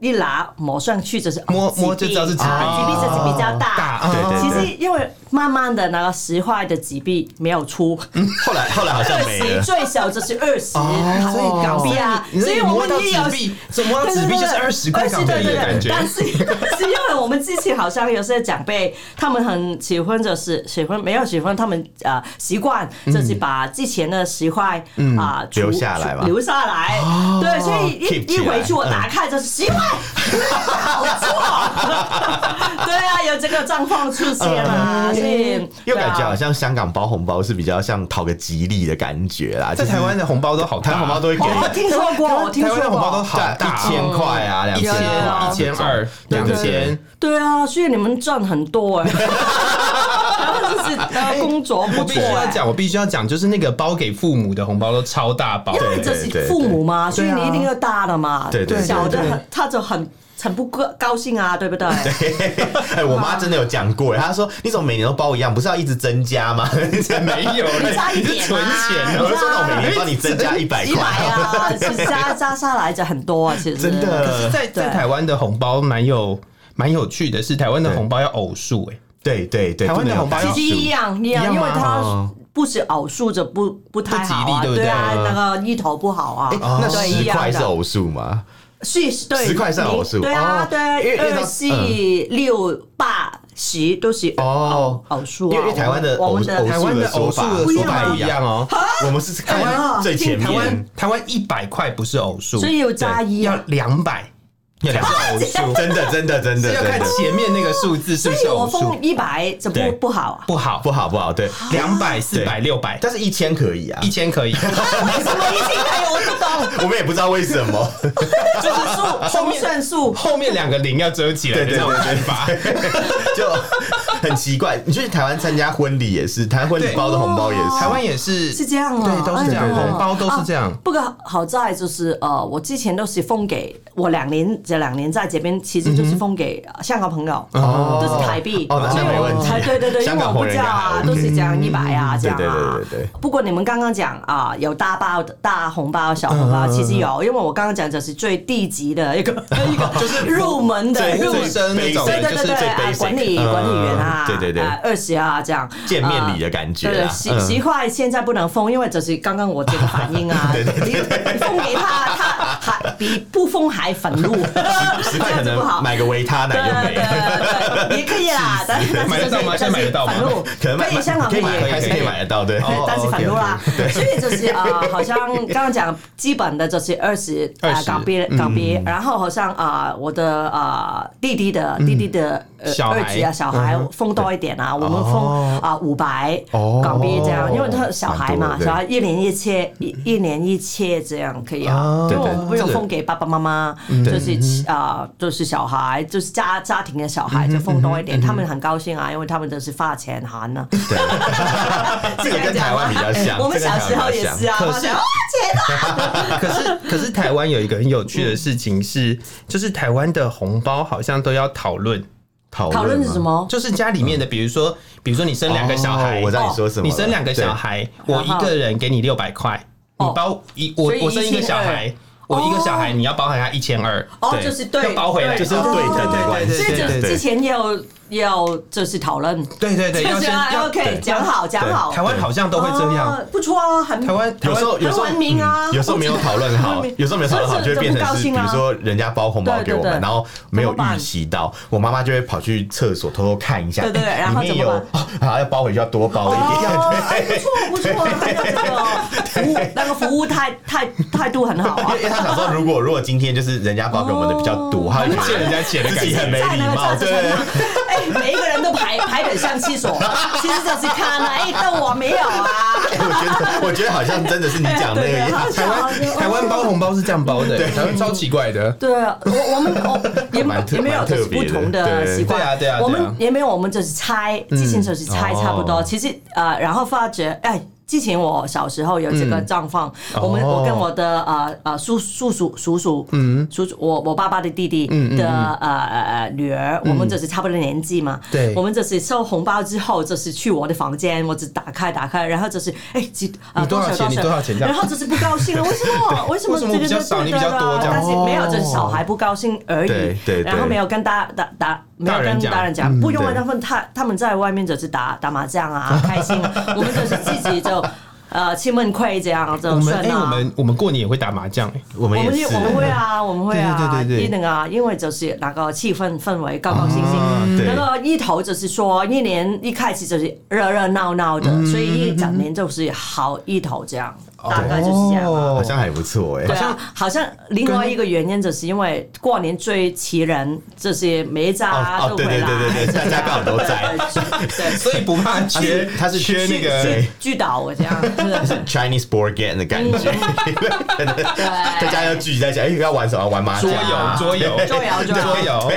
Speaker 1: 一拿抹上去就是哦
Speaker 2: 摸
Speaker 1: 纸币
Speaker 2: 摸就知道是纸币
Speaker 1: 啊纸币就是比较大。
Speaker 2: 大啊
Speaker 3: 对对
Speaker 1: 其
Speaker 3: 对
Speaker 1: 实因为慢慢的那个十块的纸币没有出，
Speaker 3: 后来后来好像
Speaker 1: 二
Speaker 3: 没
Speaker 1: 十
Speaker 3: 了，
Speaker 1: 最少就是二十
Speaker 2: 哦
Speaker 1: 港币啊，
Speaker 2: 你
Speaker 1: 所以我
Speaker 2: 摸
Speaker 1: 们
Speaker 2: 到
Speaker 1: 也有
Speaker 2: 纸币，怎么摸到纸币就是二十块港币
Speaker 1: 对对
Speaker 2: 的
Speaker 1: 对
Speaker 2: 感觉。
Speaker 1: 但是 是因为我们之前好像有些长辈，他们很喜欢就是喜欢没有喜欢他们呃习惯，就是把之前的十块
Speaker 2: 嗯
Speaker 1: 啊
Speaker 3: 留下来吧
Speaker 1: 留下来。
Speaker 2: 哦
Speaker 1: 对，所以
Speaker 3: keep
Speaker 1: 一一
Speaker 3: 起来
Speaker 1: 回去我打开就是十块，好错。对啊， 有这个状况出现啊，
Speaker 2: 嗯
Speaker 1: 所以
Speaker 3: 又
Speaker 1: 对啊
Speaker 3: 感 觉好像香港包红包是比较像讨个吉利的感觉啦，
Speaker 2: 在
Speaker 3: 就是
Speaker 2: 台湾的红包都好大，
Speaker 3: 台湾红包都会给
Speaker 1: 哦我听说过，我听
Speaker 2: 台
Speaker 1: 说
Speaker 2: 湾的红包都
Speaker 1: 过。
Speaker 2: 好大
Speaker 3: 一千
Speaker 2: 哦，
Speaker 3: 块啊，两
Speaker 2: 一
Speaker 3: 千
Speaker 2: 千、
Speaker 3: 啊
Speaker 2: 一千二、
Speaker 3: 对
Speaker 2: 两
Speaker 3: 对对
Speaker 2: 千，
Speaker 1: 对啊，所以你们赚很多 哎、欸，就是呃工作不
Speaker 2: 我必须
Speaker 1: 错
Speaker 2: 要
Speaker 1: 哎、
Speaker 2: 讲，我必须要讲，就是那个包给父母的红包都超大包，
Speaker 1: 因为这是父母嘛，所以你一定要大的嘛，
Speaker 3: 对对对
Speaker 1: 小的
Speaker 3: 对
Speaker 1: 很他就很很不高高兴啊，对不 对？
Speaker 3: 哎，我妈真的有讲过，她说你怎么每年都包一样，不是要一直增加 吗？
Speaker 2: 没 有嘞
Speaker 1: 加，一
Speaker 2: 你
Speaker 1: 点啊
Speaker 2: 是存钱
Speaker 3: 我
Speaker 2: 哦，
Speaker 3: 就说那我每年帮你 增加一百
Speaker 1: 几百
Speaker 3: 块，
Speaker 1: 啊，是加加下来就很多啊，其实
Speaker 3: 真的
Speaker 2: 嗯可是在在台湾的红包蛮有蛮有趣的是，台湾的红包要偶数哎、
Speaker 3: 对对对，
Speaker 2: 台湾的
Speaker 3: 不能有
Speaker 2: 红包
Speaker 3: 大
Speaker 2: 要
Speaker 1: 其实一
Speaker 3: 数
Speaker 1: 样一
Speaker 2: 一
Speaker 1: 样，
Speaker 2: 样
Speaker 1: 因为
Speaker 2: 吗
Speaker 1: 它
Speaker 3: 哦
Speaker 1: 不是偶数就不不太好啊，
Speaker 2: 不吉利对不对
Speaker 1: 啊，那个意头不好啊，
Speaker 3: 嗯哎那
Speaker 1: 对
Speaker 3: 十
Speaker 1: 一样
Speaker 3: 块是
Speaker 1: 的
Speaker 3: 偶数吗？
Speaker 1: 是，对，
Speaker 3: 10块算偶数
Speaker 1: 你对啊
Speaker 3: 哦，
Speaker 1: 对，
Speaker 3: 因为因为它
Speaker 1: 二四六八十都是
Speaker 3: 哦
Speaker 1: 偶偶数啊，
Speaker 3: 因为台湾的
Speaker 1: 我
Speaker 3: 偶
Speaker 1: 们
Speaker 3: 偶
Speaker 1: 的
Speaker 2: 台湾
Speaker 3: 数
Speaker 2: 的
Speaker 3: 的
Speaker 2: 偶数
Speaker 3: 说法
Speaker 2: 的
Speaker 1: 不一
Speaker 2: 说
Speaker 1: 样
Speaker 2: 法不一样哦。
Speaker 3: 我们是
Speaker 1: 哎
Speaker 3: 看
Speaker 1: 呀
Speaker 3: 最前
Speaker 2: 台
Speaker 3: 面
Speaker 2: 湾，台湾一百块不是偶数，
Speaker 1: 所以有加一
Speaker 2: 要
Speaker 1: 啊
Speaker 2: 两百，要两个偶 数，
Speaker 3: 真的真的真的
Speaker 2: 是要
Speaker 3: 真
Speaker 2: 看
Speaker 3: 的
Speaker 2: 前面那个数字
Speaker 1: 所
Speaker 2: 是不是
Speaker 1: 以哎我
Speaker 2: 偶数
Speaker 1: 封，一百怎
Speaker 3: 对
Speaker 1: 么不好啊？
Speaker 2: 不好，
Speaker 3: 不好不好，对，
Speaker 2: 两百、四百、六百，
Speaker 3: 但是一千可以啊
Speaker 2: 一，千 可以，
Speaker 1: 为什么一听还有我不懂？
Speaker 3: 我们也不知道为什么，
Speaker 1: 就是数
Speaker 2: 后
Speaker 1: 红
Speaker 2: 面
Speaker 1: 算数，
Speaker 2: 后面两个零要遮起来，
Speaker 3: 对对对
Speaker 2: 没有办法。
Speaker 3: 就很奇怪。你去台湾参加婚礼也是，台湾婚礼包的红包也是，
Speaker 2: 台湾也是
Speaker 1: 是这样啊，
Speaker 2: 对，都是
Speaker 1: 哎
Speaker 2: 这样，
Speaker 1: 呀
Speaker 2: 红包都是这样
Speaker 1: 啊。不过好在就是呃，我之前都是封给我两年这两年在这边，其实就是封给呃香港朋友，
Speaker 3: 哦
Speaker 1: 都是台币，
Speaker 3: 哦那
Speaker 1: 所以
Speaker 3: 没问
Speaker 1: 我
Speaker 3: 题
Speaker 1: 才对对对，因
Speaker 3: 香
Speaker 1: 为我
Speaker 3: 港
Speaker 1: 不
Speaker 3: 朋友
Speaker 1: 知道啊，
Speaker 3: 应该还
Speaker 1: 都是这样一百啊这样
Speaker 3: 对
Speaker 1: 啊
Speaker 3: 对对对对。
Speaker 1: 不过你们刚刚讲啊，有大包的大红包、小红包，其实有，因为我刚刚讲这是最低级的一个一个，就是入门的
Speaker 3: 最
Speaker 1: 入
Speaker 2: 最
Speaker 1: 门
Speaker 2: 深那种，
Speaker 3: 对
Speaker 1: 对对
Speaker 2: 就
Speaker 1: 对
Speaker 2: 是
Speaker 1: 对
Speaker 3: 最
Speaker 1: 啊
Speaker 3: basic，
Speaker 1: 管理管理员啊，啊，
Speaker 3: 嗯对对对
Speaker 1: 二十啊这样，
Speaker 3: 见面礼
Speaker 1: 呃
Speaker 3: 的感觉
Speaker 1: 对对，
Speaker 3: 啦。嗯
Speaker 1: 十十块现在不能封，因为就是刚刚我这个反应 啊，你你封给他，他还比不封还愤怒，这
Speaker 3: 十块可
Speaker 1: 样子不好
Speaker 3: 能。买个维他
Speaker 1: 对
Speaker 3: 奶就
Speaker 1: 对
Speaker 3: 没了，
Speaker 1: 对 对，也可以啦，但但
Speaker 2: 买
Speaker 1: 是
Speaker 2: 得到吗
Speaker 1: 就是
Speaker 2: 现在买得到吗
Speaker 1: 但是愤怒
Speaker 3: 可能买
Speaker 1: 可以香港
Speaker 3: 可以
Speaker 1: 可
Speaker 3: 买，
Speaker 1: 以
Speaker 3: 还是可以买得到，对。
Speaker 1: 哦 对，但是反怒啦，所以就是呃，好像刚刚讲基本的就是二十呃
Speaker 2: 20
Speaker 1: 港币港币，然后好像啊我的呃弟弟的弟弟的呃
Speaker 2: 小孩
Speaker 1: 二姐啊小孩封多一点啊，我们封啊五百港币这样，因为他小孩
Speaker 3: 蛮多
Speaker 1: 嘛，
Speaker 3: 的
Speaker 1: 小孩一年一切一一年一切这样可以啊，因为我不用封给爸爸妈妈，就是啊就是小孩就是家家庭的小孩就封多一点，他们很高兴啊，因为他们都是发钱啊函呢。
Speaker 3: 这个跟台湾比较像，
Speaker 1: 我们
Speaker 3: 这个
Speaker 1: 小
Speaker 3: 跟
Speaker 1: 时
Speaker 3: 台
Speaker 1: 候
Speaker 3: 湾比
Speaker 1: 也
Speaker 3: 较
Speaker 1: 是啊，
Speaker 2: 可是
Speaker 1: 发现哦，钱啊！
Speaker 2: 可是，可是台湾有一个很有趣的事情是，就是台湾的红包好像都要讨论，
Speaker 3: 像
Speaker 1: 讨论是什
Speaker 3: 吗？
Speaker 1: 么？
Speaker 2: 就是家里面的，比如说，比如说你生两个小孩，
Speaker 3: 哦我知道你说什么
Speaker 2: 你
Speaker 3: 了，
Speaker 2: 生两个小孩，我一个人给你六百块，你
Speaker 1: 哦
Speaker 2: 包一我
Speaker 1: 所以
Speaker 2: 我生一个小孩，我一个小孩你要包含他一千二，
Speaker 1: 哦，
Speaker 3: 对
Speaker 1: 就是对，
Speaker 2: 要包回来
Speaker 1: 对
Speaker 3: 就是对等的关系
Speaker 1: 所以
Speaker 2: 对对
Speaker 1: 就
Speaker 3: 对
Speaker 1: 之前要要就是讨论，
Speaker 2: 对对对，
Speaker 1: 就
Speaker 2: 要
Speaker 1: 是
Speaker 2: 先
Speaker 1: 啊
Speaker 2: 要
Speaker 1: OK 讲好讲好，
Speaker 2: 台湾好像都会这样，
Speaker 1: 啊，不错啊，很
Speaker 2: 台湾台
Speaker 3: 有
Speaker 2: 湾
Speaker 3: 时候有时候嗯
Speaker 1: 很文明啊
Speaker 3: 有时候没有讨论好
Speaker 1: 很文明，
Speaker 3: 有时候没有讨论好，
Speaker 1: 这
Speaker 3: 就会变
Speaker 1: 这不
Speaker 3: 成
Speaker 1: 高
Speaker 3: 是
Speaker 1: 兴
Speaker 3: 比
Speaker 1: 啊
Speaker 3: 如说人家包红包给我
Speaker 1: 对对
Speaker 3: 们，
Speaker 1: 对
Speaker 3: 然后没有
Speaker 1: 怎么办
Speaker 3: 预习到，我妈妈就会跑去厕所偷偷看一下，
Speaker 1: 对对对
Speaker 3: 哎
Speaker 1: 然后
Speaker 3: 里面
Speaker 1: 怎
Speaker 3: 有
Speaker 1: 么
Speaker 3: 啊，啊要包回去要多包一点，
Speaker 1: 哦，哎不错不错，还有这个服务，那个服务态态态度很好啊
Speaker 3: 因为。因为她想说，如果如果今天就是人家包给我们的比较多，
Speaker 1: 哦
Speaker 3: 她就觉得人家 钱自己 很没
Speaker 1: 在
Speaker 3: 礼
Speaker 1: 那个
Speaker 3: 貌，
Speaker 1: 超市上
Speaker 3: 对
Speaker 1: 面。，哎，每一个人都排排得像厕所，其实就是看啊，哎，但我没有啊。
Speaker 3: 哎我觉得我觉得好像真的是你讲那 个
Speaker 1: 对对啊好
Speaker 3: 样，
Speaker 2: 台湾台湾包红包是这样包的，台湾超奇怪的，
Speaker 1: 对啊，我我们 我也
Speaker 3: 蛮特
Speaker 1: 也没有
Speaker 3: 蛮
Speaker 1: 就是
Speaker 3: 特
Speaker 1: 不
Speaker 3: 别的
Speaker 1: 同的
Speaker 3: 对
Speaker 1: 习惯，
Speaker 2: 对嗯啊对啊对啊
Speaker 1: 我们也没有，我们就是猜，之前就是猜差不多。
Speaker 3: 哦
Speaker 1: 其实呃，然后发觉哎。之前我小时候有这个状况，我们、
Speaker 2: 嗯哦
Speaker 1: 我跟我的呃呃叔叔叔叔叔，嗯，叔叔我我爸爸的弟弟
Speaker 2: 嗯
Speaker 1: 的、呃呃呃女儿，我们就是差不多年纪嘛，
Speaker 2: 对
Speaker 1: 我们就是收红包之后，就是去我的房间，我只打开打开，然后就是哎几啊
Speaker 2: 你多少钱你多少钱这样
Speaker 1: 然后就是不高兴了，为什么为什么
Speaker 2: 为什
Speaker 1: 这
Speaker 2: 么
Speaker 1: 个
Speaker 2: 比较
Speaker 1: 就
Speaker 2: 少
Speaker 1: 对
Speaker 2: 你比较
Speaker 1: 对
Speaker 2: 多
Speaker 1: 对啊
Speaker 2: 这样
Speaker 1: 但是没有，
Speaker 2: 哦
Speaker 1: 就是小孩。还不高兴而已，
Speaker 3: 对对对
Speaker 1: 然后没有跟大大大没有
Speaker 2: 大人
Speaker 1: 跟
Speaker 2: 讲嗯
Speaker 1: 大人讲，不用了。
Speaker 3: 对
Speaker 1: 他们他他们在外面就是打打麻将 啊，开心。我们就是自己就呃亲问会这样
Speaker 2: 我
Speaker 1: 就
Speaker 2: 们
Speaker 1: 算
Speaker 2: 哎我
Speaker 1: 啊。
Speaker 2: 们我们过年也会打麻将，哎
Speaker 3: 我们
Speaker 1: 我
Speaker 3: 也
Speaker 1: 们
Speaker 3: 是
Speaker 1: 也，我们会啊，我们会啊，
Speaker 2: 对对对对
Speaker 1: 一定啊，因为就是那个气氛氛围高高兴
Speaker 3: 啊
Speaker 2: 嗯
Speaker 1: 兴，
Speaker 3: 对
Speaker 1: 那个一头就是说一年一开始就是热热闹闹的，
Speaker 2: 嗯
Speaker 1: 所以一整年就是好一头这样，
Speaker 2: 哦
Speaker 1: 大概就是这样啊。
Speaker 3: 好像还不错哎
Speaker 1: 对，啊，好像另外一个原因就是因为过年最齐人，这些每一家
Speaker 3: 哦哦
Speaker 1: 都
Speaker 3: 对
Speaker 1: 会
Speaker 3: 对
Speaker 1: 来，
Speaker 3: 对对对
Speaker 1: 这样
Speaker 3: 大家刚好都在
Speaker 1: 对，对
Speaker 2: 所以不怕缺，
Speaker 3: 他是
Speaker 2: 缺那
Speaker 1: 对
Speaker 2: 个
Speaker 3: 哎
Speaker 1: 去聚岛我这样，对
Speaker 3: Chinese board game 的感觉，
Speaker 1: 对，
Speaker 3: 大家要聚集在一起，哎，要玩什么？玩麻
Speaker 2: 桌
Speaker 3: 将
Speaker 1: 对啊
Speaker 2: 游桌游
Speaker 1: 桌游桌游
Speaker 2: 桌游。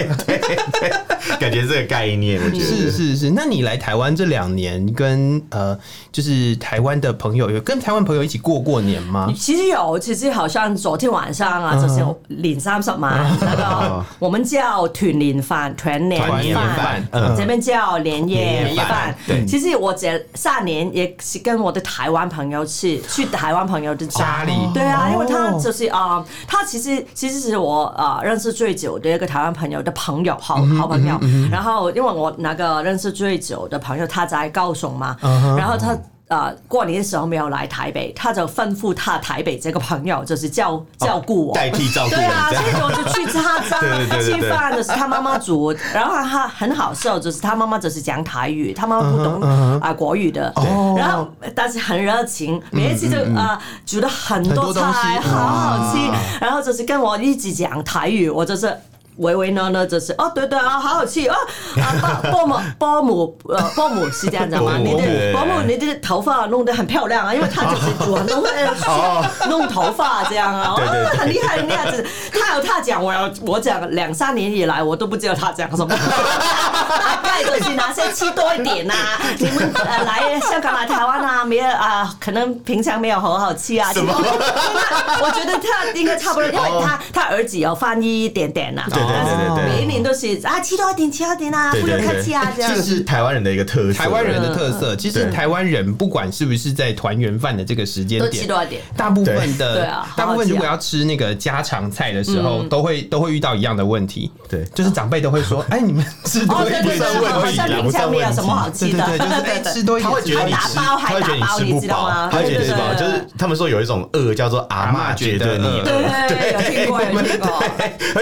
Speaker 3: 感觉这个概念，我觉得
Speaker 2: 是是是，那你来台湾这两年跟，呃，就是台湾的朋友有跟台湾朋友一起过过年吗？
Speaker 1: 其实有，其实好像昨天晚上
Speaker 3: 嗯
Speaker 1: 啊，就是有领三十嘛，那个我们叫团年饭、团年
Speaker 3: 哦团年
Speaker 1: 饭
Speaker 3: 饭，嗯
Speaker 1: 这边叫年夜
Speaker 3: 年夜
Speaker 1: 饭
Speaker 3: 饭。对
Speaker 1: 其实我这三年也是跟我的台湾朋友去去台湾朋友的
Speaker 2: 家
Speaker 1: 家
Speaker 2: 里
Speaker 1: 对
Speaker 2: 哦
Speaker 1: 啊，因为他就是啊，呃他其实其实是我啊认识最久的一个台湾朋友的朋友，好好朋友。然后因为我那个认识最久的朋友他在高雄嘛，然后他。啊，过年的时候没有来台北，他就吩咐他台北这个朋友，就是照照顾我，
Speaker 3: 代替照顾
Speaker 1: 对啊，
Speaker 3: 人
Speaker 1: 所
Speaker 3: 这
Speaker 1: 以
Speaker 3: 样。
Speaker 1: 我就去他家
Speaker 3: 对对对对
Speaker 1: 吃饭的是他妈妈煮，然后他很好笑，就是他妈妈就是讲台语，他妈妈不
Speaker 3: 嗯
Speaker 1: 懂啊国语的，
Speaker 3: 哦
Speaker 1: 然后但是很热情，每一次就
Speaker 3: 嗯
Speaker 1: 啊煮了很多菜，
Speaker 2: 很多东西
Speaker 1: 好好吃，
Speaker 3: 啊
Speaker 1: 然后就是跟我一起讲台语，我就是。唯唯诺诺就是哦，对对啊，好好吃哦，啊，伯母伯母呃伯母是这样 子吗？
Speaker 3: 伯母
Speaker 1: 你的
Speaker 3: 对
Speaker 1: 伯母你的头发弄得很漂亮啊，因为她 就是煮很多呃弄头发这样啊，
Speaker 3: 对对对
Speaker 1: 哦很厉害很厉害，就是他有他讲，我有我讲，两三年以来我都不知道他讲什么， 大概就是哪些吃多一点呐、 啊，你们呃来香港来台湾啊，没有啊、可能平常没有很好吃啊，什么？ 我觉得他应该差不多，因为他他儿子有翻译一点点呐、啊，
Speaker 3: 哦对对对对对
Speaker 1: 每一年都是啊吃多一点吃多一点啊，
Speaker 3: 对
Speaker 1: 不
Speaker 3: 对
Speaker 1: 用
Speaker 3: 对
Speaker 1: 客气啊这样
Speaker 3: 这。个是台湾人的一个特色，
Speaker 2: 台湾人的特色，其实
Speaker 3: 对
Speaker 2: 台湾人不管是不是在团圆饭的这个时间
Speaker 1: 都吃
Speaker 2: 点，
Speaker 1: 多一点，
Speaker 2: 大部分
Speaker 1: 对
Speaker 2: 的、
Speaker 1: 啊
Speaker 2: 大部
Speaker 1: 好好
Speaker 2: 分
Speaker 1: 吃啊
Speaker 2: 如果要吃那个家常菜的时候，都会都会遇到一样的问题，
Speaker 3: 对
Speaker 2: 就是长辈都会说：“哎，你们吃
Speaker 1: 哦
Speaker 2: 多一
Speaker 1: 对
Speaker 2: 点。
Speaker 3: 不算问
Speaker 1: 好
Speaker 3: 题
Speaker 1: 像
Speaker 3: 啦，
Speaker 1: 平
Speaker 3: 不算
Speaker 1: 常没
Speaker 3: 问
Speaker 1: 有
Speaker 3: 题
Speaker 1: 什。么好
Speaker 2: 对
Speaker 1: 记
Speaker 2: 对
Speaker 1: 的，
Speaker 2: 对，就是哎吃多一点，
Speaker 3: 他会觉得你
Speaker 1: 还
Speaker 3: 吃，
Speaker 1: 打包
Speaker 3: 他会觉得你吃
Speaker 1: 还打包你
Speaker 3: 不
Speaker 1: 知道
Speaker 3: 饱
Speaker 1: 吗，
Speaker 3: 他会觉得你吃不饱，
Speaker 1: 对
Speaker 3: 就
Speaker 1: 对对
Speaker 3: 是他们说有一种饿叫做阿
Speaker 2: 阿
Speaker 3: 嬷
Speaker 2: 嬷
Speaker 3: 觉
Speaker 2: 觉
Speaker 3: 得
Speaker 2: 得
Speaker 3: 你
Speaker 2: 饿
Speaker 3: 饿，
Speaker 1: 对，有听过，有听过。
Speaker 3: 而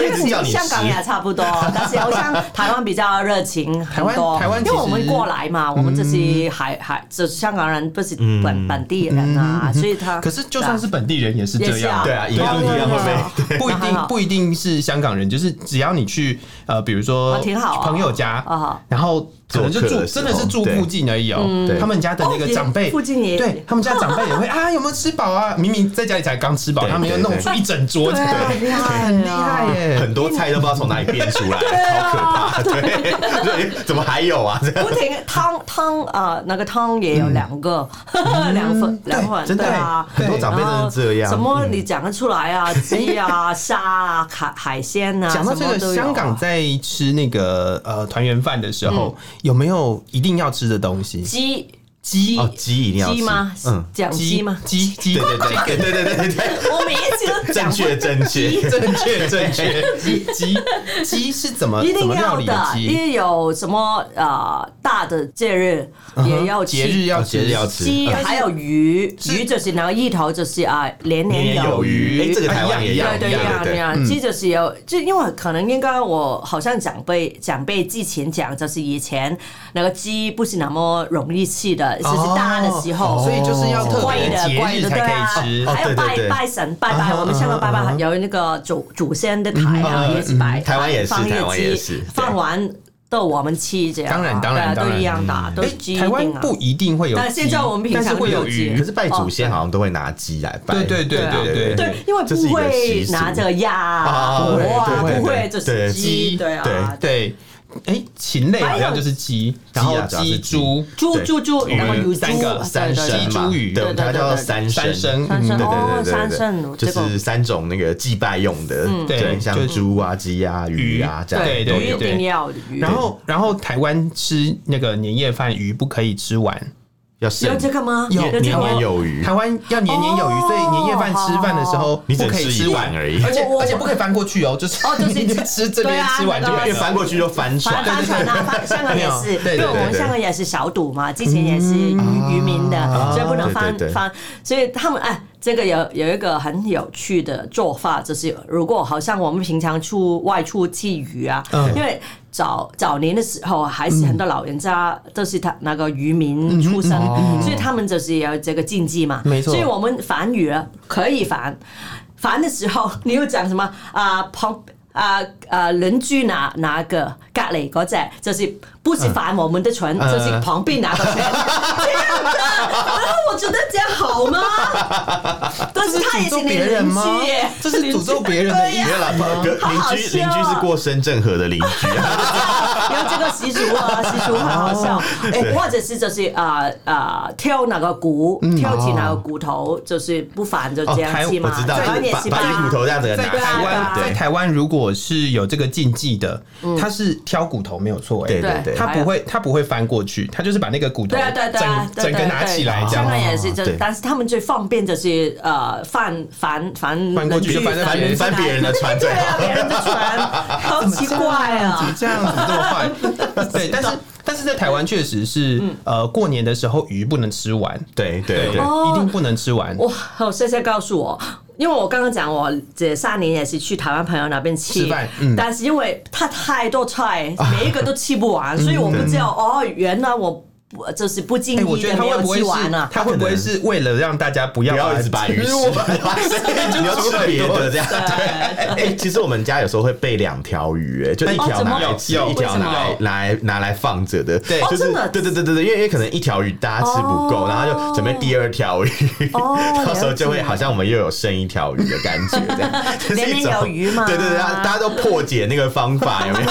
Speaker 1: 这
Speaker 3: 且
Speaker 1: 个
Speaker 3: 是
Speaker 1: 其
Speaker 3: 叫
Speaker 1: 实
Speaker 3: 你
Speaker 1: 香港啊
Speaker 3: 吃
Speaker 1: 也差不多，但是好像台湾比较热情很多。
Speaker 2: 台湾台湾其
Speaker 1: 因
Speaker 2: 实
Speaker 1: 为我们过来嘛，我们这些海海这香港人不是本本地人啊，所以他
Speaker 2: 可是就算是本地人也是
Speaker 1: 也
Speaker 2: 这
Speaker 1: 是啊
Speaker 2: 样，
Speaker 3: 对啊，一
Speaker 2: 对啊
Speaker 3: 样一样会被。
Speaker 2: 不一
Speaker 1: 那还
Speaker 2: 定
Speaker 1: 好
Speaker 2: 不一定是香港人，就是只要你去呃，比如说
Speaker 1: 哦挺好啊
Speaker 2: 朋友家
Speaker 1: 啊，
Speaker 2: 然后可能就
Speaker 3: 做客
Speaker 2: 住
Speaker 3: 的时
Speaker 2: 真
Speaker 3: 候
Speaker 2: 的是住附近而已哦
Speaker 3: 对，
Speaker 2: 他们家的那个长
Speaker 1: 哦
Speaker 2: 辈
Speaker 1: 也附近也
Speaker 2: 对他们家长 辈也会啊有没有吃饱啊？明明在家里才刚吃饱，
Speaker 3: 对
Speaker 2: 他们又弄出一整桌
Speaker 1: 对啊，
Speaker 2: 菜，
Speaker 1: 厉害，
Speaker 2: 很厉害。耶！
Speaker 3: 很多菜都不知道从哪里变出来，
Speaker 1: 啊
Speaker 3: 好可 怕！对，对，怎么还有啊？这样
Speaker 1: 不停汤汤啊，那个汤也有两个两份两份，
Speaker 3: 真的
Speaker 1: 对啊，
Speaker 3: 很多
Speaker 2: 对
Speaker 3: 长辈真的是这样。
Speaker 1: 什么你讲得出来啊？鸡啊、虾啊、海海鲜啊，
Speaker 2: 讲到
Speaker 1: 什
Speaker 2: 这
Speaker 1: 么都
Speaker 2: 个，
Speaker 1: 有啊
Speaker 2: 香港在吃那个呃团圆饭的时候，
Speaker 1: 嗯
Speaker 2: 有没有一定要吃的 东西？
Speaker 1: 鸡
Speaker 2: 鸡
Speaker 3: 哦，鸡一定要吃
Speaker 1: 鸡吗？
Speaker 3: 嗯，
Speaker 1: 讲鸡吗？
Speaker 2: 鸡鸡
Speaker 3: 对对对对对对对
Speaker 1: 我每一次都
Speaker 3: 对，
Speaker 1: 讲
Speaker 3: 正
Speaker 1: 不
Speaker 3: 确正确。
Speaker 2: 正确正确，鸡鸡是怎么
Speaker 1: 一
Speaker 2: 怎
Speaker 1: 定
Speaker 2: 么料
Speaker 1: 要
Speaker 2: 理的
Speaker 1: 的，因
Speaker 2: 鸡？
Speaker 1: 为有什么呃大的节日也要
Speaker 2: 节日
Speaker 1: 吃
Speaker 2: 要
Speaker 3: 哦
Speaker 2: 吃
Speaker 3: 节日要吃
Speaker 1: 鸡，
Speaker 2: 但是
Speaker 1: 还有鱼，
Speaker 2: 是
Speaker 1: 鱼就是那个一头就是啊年
Speaker 3: 年年有
Speaker 1: 有
Speaker 3: 余，哎，这个台湾也一样
Speaker 1: 对对
Speaker 3: 一
Speaker 1: 一
Speaker 3: 样
Speaker 1: 样
Speaker 3: 对嗯
Speaker 1: 一
Speaker 3: 对。
Speaker 1: 样，鸡就是有，就因为可能应该我好像长辈长辈之前讲，就是以前那个鸡不是那么容易吃的，
Speaker 3: 哦
Speaker 1: 就是大的时候，
Speaker 2: 所以就是要特
Speaker 1: 贵
Speaker 2: 别
Speaker 1: 的
Speaker 2: 节
Speaker 1: 贵
Speaker 2: 日
Speaker 1: 的，对
Speaker 2: 才
Speaker 1: 啊
Speaker 2: 可以吃。，
Speaker 1: 还有
Speaker 3: 哦对对对啊
Speaker 1: 拜拜神拜拜，我们香港拜拜有那个祖祖先的台
Speaker 3: 嗯
Speaker 1: 啊，也是拜，
Speaker 3: 台湾也是
Speaker 1: 放
Speaker 3: 台湾也
Speaker 1: 夜
Speaker 3: 是
Speaker 1: 鸡
Speaker 3: 对，
Speaker 1: 放完到我们吃这样啊，
Speaker 2: 当然当
Speaker 1: 对啊
Speaker 2: 然当然
Speaker 1: 都一样的，
Speaker 3: 嗯
Speaker 1: 都
Speaker 2: 哎
Speaker 1: 是鸡一
Speaker 2: 台湾
Speaker 1: 定啊
Speaker 2: 不一定会有鸡，
Speaker 1: 但现在我们平常
Speaker 2: 但是会有
Speaker 1: 没有
Speaker 2: 鱼
Speaker 1: 鸡
Speaker 3: 可。是拜祖先好像都会拿鸡来拜，
Speaker 2: 对对对
Speaker 1: 对啊
Speaker 2: 对对
Speaker 1: 对，因为
Speaker 3: 这是一
Speaker 1: 不
Speaker 3: 个
Speaker 1: 会
Speaker 3: 习俗
Speaker 1: 拿着鸭啊、
Speaker 3: 啊
Speaker 1: 鹅啊，
Speaker 3: 对对对
Speaker 1: 不
Speaker 3: 对
Speaker 1: 会就是
Speaker 2: 对
Speaker 1: 鸡，对啊，
Speaker 2: 对，哎，禽类好像就是鸡，
Speaker 3: 啊
Speaker 2: 然后鸡、猪、
Speaker 1: 猪
Speaker 3: 对
Speaker 1: 猪猪，
Speaker 3: 我
Speaker 1: 然后
Speaker 3: 们
Speaker 1: 有猪
Speaker 2: 三个
Speaker 1: 对对
Speaker 3: 三
Speaker 1: 对
Speaker 3: 牲嘛
Speaker 2: 鸡猪鱼，
Speaker 3: 对，它叫三牲，
Speaker 2: 三牲，
Speaker 1: 三
Speaker 2: 嗯
Speaker 1: 牲
Speaker 3: 对对对
Speaker 1: 哦，三
Speaker 3: 对
Speaker 1: 圣
Speaker 3: 对，就是三种那个祭拜用的，对，像猪啊、鸡啊、鱼啊这样
Speaker 2: 对
Speaker 3: 都
Speaker 1: 鱼
Speaker 3: 有
Speaker 1: 一。定要鱼，
Speaker 2: 然后，然后台湾吃那个年夜饭，鱼不可以吃完。
Speaker 3: 要
Speaker 1: 有
Speaker 3: 剩
Speaker 1: 这个吗？
Speaker 2: 有
Speaker 1: 这个
Speaker 3: 年年
Speaker 1: 吗。
Speaker 3: 有余
Speaker 2: 台，湾要年年有余，
Speaker 1: 哦
Speaker 2: 所以年夜饭吃饭的时候
Speaker 3: 你
Speaker 2: 不可
Speaker 3: 只
Speaker 2: 以
Speaker 3: 吃一
Speaker 2: 吃完
Speaker 3: 碗而已
Speaker 2: 而且
Speaker 1: 我我
Speaker 2: 而且不可以翻过去哦，就是
Speaker 1: 哦就是
Speaker 2: 你吃这
Speaker 1: 对
Speaker 2: 边
Speaker 1: 啊
Speaker 2: 吃完就
Speaker 1: 那个
Speaker 2: 没
Speaker 3: 因为
Speaker 2: 了。
Speaker 3: 翻过去就翻船
Speaker 1: 帆。帆船啊，帆香港也是，
Speaker 2: 对对对
Speaker 1: 因为我们
Speaker 3: 对
Speaker 1: 香港也是小赌嘛，之前也是渔渔民的，所以不能翻
Speaker 3: 对对对
Speaker 1: 翻，所以他们哎，这个有有一个很有趣的做法，就是如果好像我们平常出外出吃鱼啊，因为。早早年的时候，还是很多老人家都是他那个渔民出身，所以他们就是有这个禁忌嘛。
Speaker 2: 没错
Speaker 1: 所以我们反语了可以反，烦的时候，你要讲什么啊？旁啊啊，邻居哪哪个隔離嗰只，就是不是烦我们的船，
Speaker 2: 嗯
Speaker 1: 就是旁边哪个船，这 样的。然后我觉得这样好吗？但是 他也是
Speaker 2: 诅咒
Speaker 1: 你
Speaker 2: 别人
Speaker 1: 邻
Speaker 2: 吗
Speaker 1: 居耶，？
Speaker 2: 这是诅咒别人的意
Speaker 3: 没
Speaker 2: 思
Speaker 3: 有啦，邻居邻居是过深圳河的邻 居，
Speaker 1: 有这个习俗啊，习俗很好笑。
Speaker 2: 嗯
Speaker 1: 哎，或者是就是啊啊，挑那个骨，挑起那个骨头，就是不烦就这样
Speaker 2: 嗯哦
Speaker 1: 吃嘛。
Speaker 3: 我知道，
Speaker 1: 台湾
Speaker 3: 就
Speaker 1: 也
Speaker 3: 把
Speaker 1: 是
Speaker 3: 把
Speaker 1: 吧
Speaker 3: 一骨头这样整个
Speaker 2: 在
Speaker 3: 拿
Speaker 2: 台
Speaker 1: 对
Speaker 2: 湾，
Speaker 1: 啊
Speaker 2: 在台湾如果是有这个禁忌的，
Speaker 1: 嗯
Speaker 2: 它是挑骨头没有错，哎，
Speaker 3: 对对对
Speaker 2: 它不会，它不会翻过去，它就是把那个骨头
Speaker 1: 对啊，对啊对啊
Speaker 2: 整，
Speaker 1: 对
Speaker 2: 整个拿起来这
Speaker 1: 香
Speaker 2: 样
Speaker 1: 港。也是
Speaker 3: 哦
Speaker 1: 这
Speaker 3: 对，
Speaker 1: 但是他们最方便就是呃，翻翻翻
Speaker 2: 翻过去就翻在
Speaker 1: 翻
Speaker 2: 别人
Speaker 3: 翻别人的船
Speaker 1: 对
Speaker 3: 最
Speaker 1: 啊，
Speaker 3: 好。
Speaker 1: 别人的船，好奇怪
Speaker 2: 怎
Speaker 1: 啊
Speaker 2: 么！这样子这么坏？对，但是但是在台湾确实是，
Speaker 1: 嗯
Speaker 2: 呃，过年的时候鱼不能吃完，
Speaker 3: 对对对，
Speaker 1: 哦
Speaker 2: 一定不能吃完。
Speaker 1: 哇，好，谢谢告诉我。因为我刚刚讲，我这三年也是去台湾朋友那边吃
Speaker 2: 吃饭嗯
Speaker 1: 但是因为他太多菜，每一个都吃不完，所以我不知道哦，原来我不就是不经
Speaker 2: 哎、我
Speaker 1: 意
Speaker 2: 觉
Speaker 1: 的
Speaker 2: 得他
Speaker 1: 没
Speaker 2: 会
Speaker 1: 有
Speaker 2: 不会
Speaker 1: 吃完
Speaker 2: 是
Speaker 1: 啊，。
Speaker 2: 他会不会是为了让大家不要
Speaker 3: 不要一直把鱼吃
Speaker 2: 完？
Speaker 3: 完，你要吃别的这样。对，哎，其实我们家有时候会备两条鱼，哎，就一条拿来吃，一条拿来拿来拿来放着的，对就是对对对对对，因为因为可能一条鱼大家吃不够，然后就准备第二条鱼， 到时候就会好像我们又有剩一条鱼的感觉，这样，就是一种对对对，大家都破解那个方法有没有？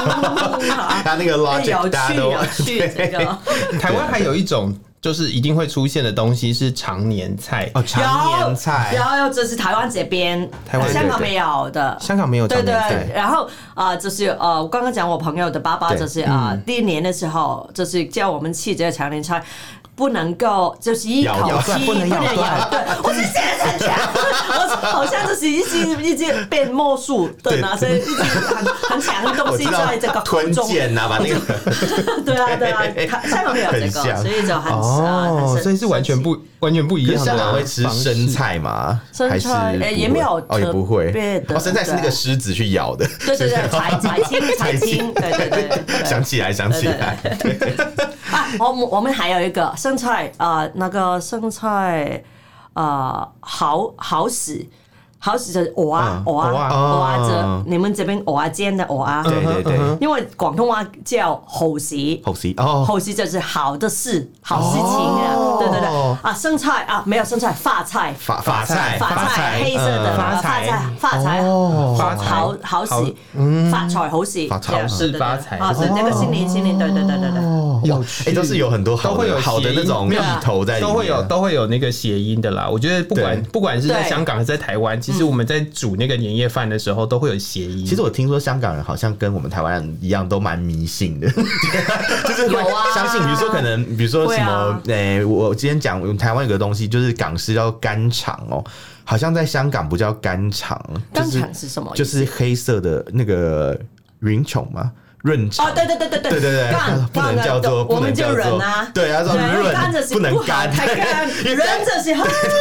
Speaker 3: 他那个
Speaker 1: 哎
Speaker 3: logic
Speaker 1: 有
Speaker 3: 大家
Speaker 1: 趣
Speaker 3: 都
Speaker 1: 有趣，这个。
Speaker 2: 台湾还有一种就是一定会出现的东西是常年菜，
Speaker 3: 哦，常年菜
Speaker 1: 然后就是台湾这边，
Speaker 2: 台湾
Speaker 1: 香
Speaker 3: 对
Speaker 1: 港
Speaker 3: 对
Speaker 1: 没有的，
Speaker 2: 香港没有
Speaker 1: 对
Speaker 2: 常
Speaker 1: 对
Speaker 2: 年菜，，
Speaker 1: 然后啊、呃就是呃，我刚刚讲我朋友的爸爸，
Speaker 3: 对
Speaker 1: 就是啊、呃第一年的时候，就是叫我们去这个长年菜。不能够就是一口
Speaker 3: 咬
Speaker 1: 气不
Speaker 3: 断不
Speaker 1: 能
Speaker 3: 能
Speaker 1: 咬
Speaker 3: 咬
Speaker 1: 断，
Speaker 3: 断
Speaker 1: 对我是现在才讲，我好像就是已经已经被魔术对拿些一些很很强的东
Speaker 3: 我
Speaker 1: 西
Speaker 3: 知道
Speaker 1: 在这个口
Speaker 3: 吞
Speaker 1: 中，
Speaker 3: 剑啊呐，把那个
Speaker 1: 对啊对啊，他香港没有这
Speaker 3: 很
Speaker 1: 个，
Speaker 3: 像
Speaker 1: 所以就很啊
Speaker 2: 哦
Speaker 1: 很，
Speaker 2: 所以是完全不完全不一
Speaker 3: 可
Speaker 2: 样
Speaker 3: 是
Speaker 2: 的
Speaker 3: 香港
Speaker 2: 啊
Speaker 3: 会吃
Speaker 2: 方式
Speaker 3: 生菜吗？
Speaker 1: 生
Speaker 3: 还是
Speaker 1: 菜
Speaker 3: 不
Speaker 1: 诶
Speaker 3: 会
Speaker 1: 也没有
Speaker 3: 哦，也不会
Speaker 1: 特别。的
Speaker 3: 哦，生菜是那
Speaker 1: 对
Speaker 3: 个狮子去咬的。
Speaker 1: 对对 对，财财经财经，对对对对对。
Speaker 3: 想起来，想起来，
Speaker 1: 啊，我们我们还有一个生菜啊、呃那个生菜啊，好好使。好使就是蚵啊，
Speaker 3: 嗯
Speaker 1: 蚵啊，
Speaker 2: 蚵啊
Speaker 1: 蚵啊
Speaker 3: 哦
Speaker 1: 这你们这边蚵啊煎的蚵啊，
Speaker 3: 对
Speaker 2: 嗯
Speaker 3: 对对，
Speaker 1: 因为广东话叫好使，
Speaker 3: 好吃哦，
Speaker 1: 好事就是好的事，好事情啊，
Speaker 3: 哦
Speaker 1: 对对对啊，生菜啊，没有生菜，发菜，
Speaker 3: 法法菜，
Speaker 1: 发菜，黑色的
Speaker 3: 嗯
Speaker 1: 发
Speaker 2: 发
Speaker 1: 菜
Speaker 2: 财，
Speaker 1: 发财
Speaker 2: 哦
Speaker 1: 好
Speaker 2: 发财
Speaker 1: 好好事，发财好事，
Speaker 3: 发财
Speaker 1: 对
Speaker 3: 好哦
Speaker 2: 事
Speaker 1: 对对
Speaker 2: 发财
Speaker 1: 啊，是那个新年新年，对对对对对。
Speaker 2: 哦有趣
Speaker 3: 哎，都是有很多好
Speaker 2: 都会有
Speaker 3: 的好的
Speaker 2: 谐音
Speaker 3: 那种
Speaker 2: 对
Speaker 3: 意
Speaker 1: 啊
Speaker 3: 头在里面，
Speaker 2: 都会有都会有那个谐音的啦。我觉得不管
Speaker 3: 对
Speaker 2: 不管是在
Speaker 1: 对
Speaker 2: 香港还是在台湾，其实我们在煮那个年夜饭的时候都会有谐音。
Speaker 3: 其实我听说香港人好像跟我们台湾人一样，都蛮迷信的， 就是会
Speaker 1: 有啊啊
Speaker 3: 相信，比如说可能，比如说什么，诶、我今天讲我们台湾有个东西，就是港式叫干肠哦，好像在香港不叫干肠，
Speaker 1: 干
Speaker 3: 就是
Speaker 1: 肠是什么意思？
Speaker 3: 就是黑色的那个云虫嘛，润肠。
Speaker 1: 哦，对对对对对
Speaker 3: 对对对，
Speaker 1: 干
Speaker 3: 不能
Speaker 1: 干
Speaker 3: 叫做，
Speaker 1: 我
Speaker 3: 不
Speaker 1: 们
Speaker 3: 能
Speaker 1: 就
Speaker 3: 叫
Speaker 1: 忍
Speaker 3: 做
Speaker 1: 啊，
Speaker 3: 对，他说
Speaker 1: 对
Speaker 3: 润
Speaker 1: 干着是
Speaker 3: 不能
Speaker 1: 好
Speaker 3: 干，
Speaker 1: 太干，
Speaker 3: 因为
Speaker 1: 忍着是很，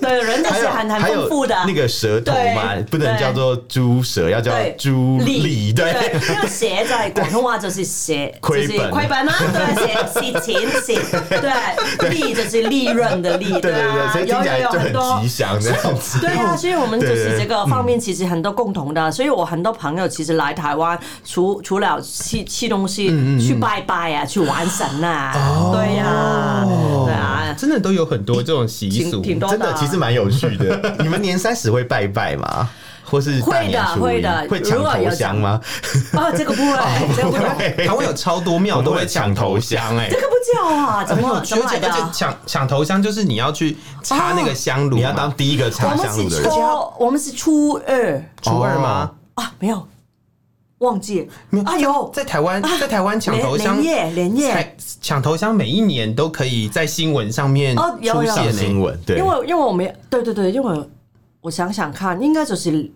Speaker 1: 对，忍着
Speaker 3: 还
Speaker 1: 是
Speaker 3: 有
Speaker 1: 很很
Speaker 3: 还有
Speaker 1: 丰富的
Speaker 3: 那个舌头嘛
Speaker 1: 对，
Speaker 3: 不能叫做猪舌，要叫
Speaker 1: 对
Speaker 3: 猪
Speaker 1: 礼
Speaker 3: 礼， 对。
Speaker 1: 因为写在广东话就是 写，就
Speaker 3: 亏
Speaker 1: 是
Speaker 3: 本
Speaker 1: 亏本啊，对，写写钱写， 对，利就是利润的利，
Speaker 3: 对对
Speaker 1: 啊
Speaker 3: 对，，所以听
Speaker 1: 有
Speaker 3: 起来
Speaker 1: 有有
Speaker 3: 就
Speaker 1: 很多
Speaker 3: 很吉祥这样子。
Speaker 1: 对 啊，所以我们就
Speaker 3: 对
Speaker 1: 是这个方面其实很多共同的，啊所以我很多朋友其实来台湾，除除了吃吃东西，
Speaker 3: 嗯
Speaker 1: 去拜拜啊，去玩神啊，
Speaker 3: 哦
Speaker 1: 对呀，对啊，
Speaker 2: 真的都有很多这种习
Speaker 1: 挺
Speaker 2: 俗，
Speaker 1: 挺多
Speaker 3: 真
Speaker 1: 的
Speaker 3: 的
Speaker 1: 啊，
Speaker 3: 其实蛮有 趣的。你们年三十会拜拜吗？或是大
Speaker 1: 会的会的
Speaker 3: 年初一会
Speaker 1: 如
Speaker 3: 抢
Speaker 1: 果有
Speaker 3: 头香吗？
Speaker 1: 啊，这个不
Speaker 3: 哦
Speaker 1: 会，这个不 会，
Speaker 2: 台湾有超多庙都会抢头香哎、
Speaker 1: 这个不叫啊，怎
Speaker 2: 很
Speaker 1: 么
Speaker 2: 有
Speaker 1: 怎
Speaker 2: 趣，
Speaker 1: 么
Speaker 2: 而
Speaker 1: 来
Speaker 2: 且
Speaker 1: 的
Speaker 2: 而且
Speaker 1: 啊？
Speaker 2: 抢抢头香就是你要去插那个香炉嘛，
Speaker 3: 你要当第一个
Speaker 1: 我
Speaker 3: 插
Speaker 1: 们
Speaker 3: 香炉
Speaker 1: 是
Speaker 3: 的
Speaker 1: 初
Speaker 3: 人。哦
Speaker 1: 我们是初二
Speaker 2: 初二吗？
Speaker 1: 啊，没有忘记啊，有
Speaker 2: 在台湾，在台湾抢头香
Speaker 1: 连连夜连夜
Speaker 2: 才抢头香每一年都可以在新闻上面
Speaker 1: 哦有
Speaker 2: 出
Speaker 1: 有
Speaker 3: 上
Speaker 2: 现
Speaker 3: 新
Speaker 2: 欸
Speaker 3: 闻，对，
Speaker 1: 因为因为我没对对对，因为我想想看，应该就是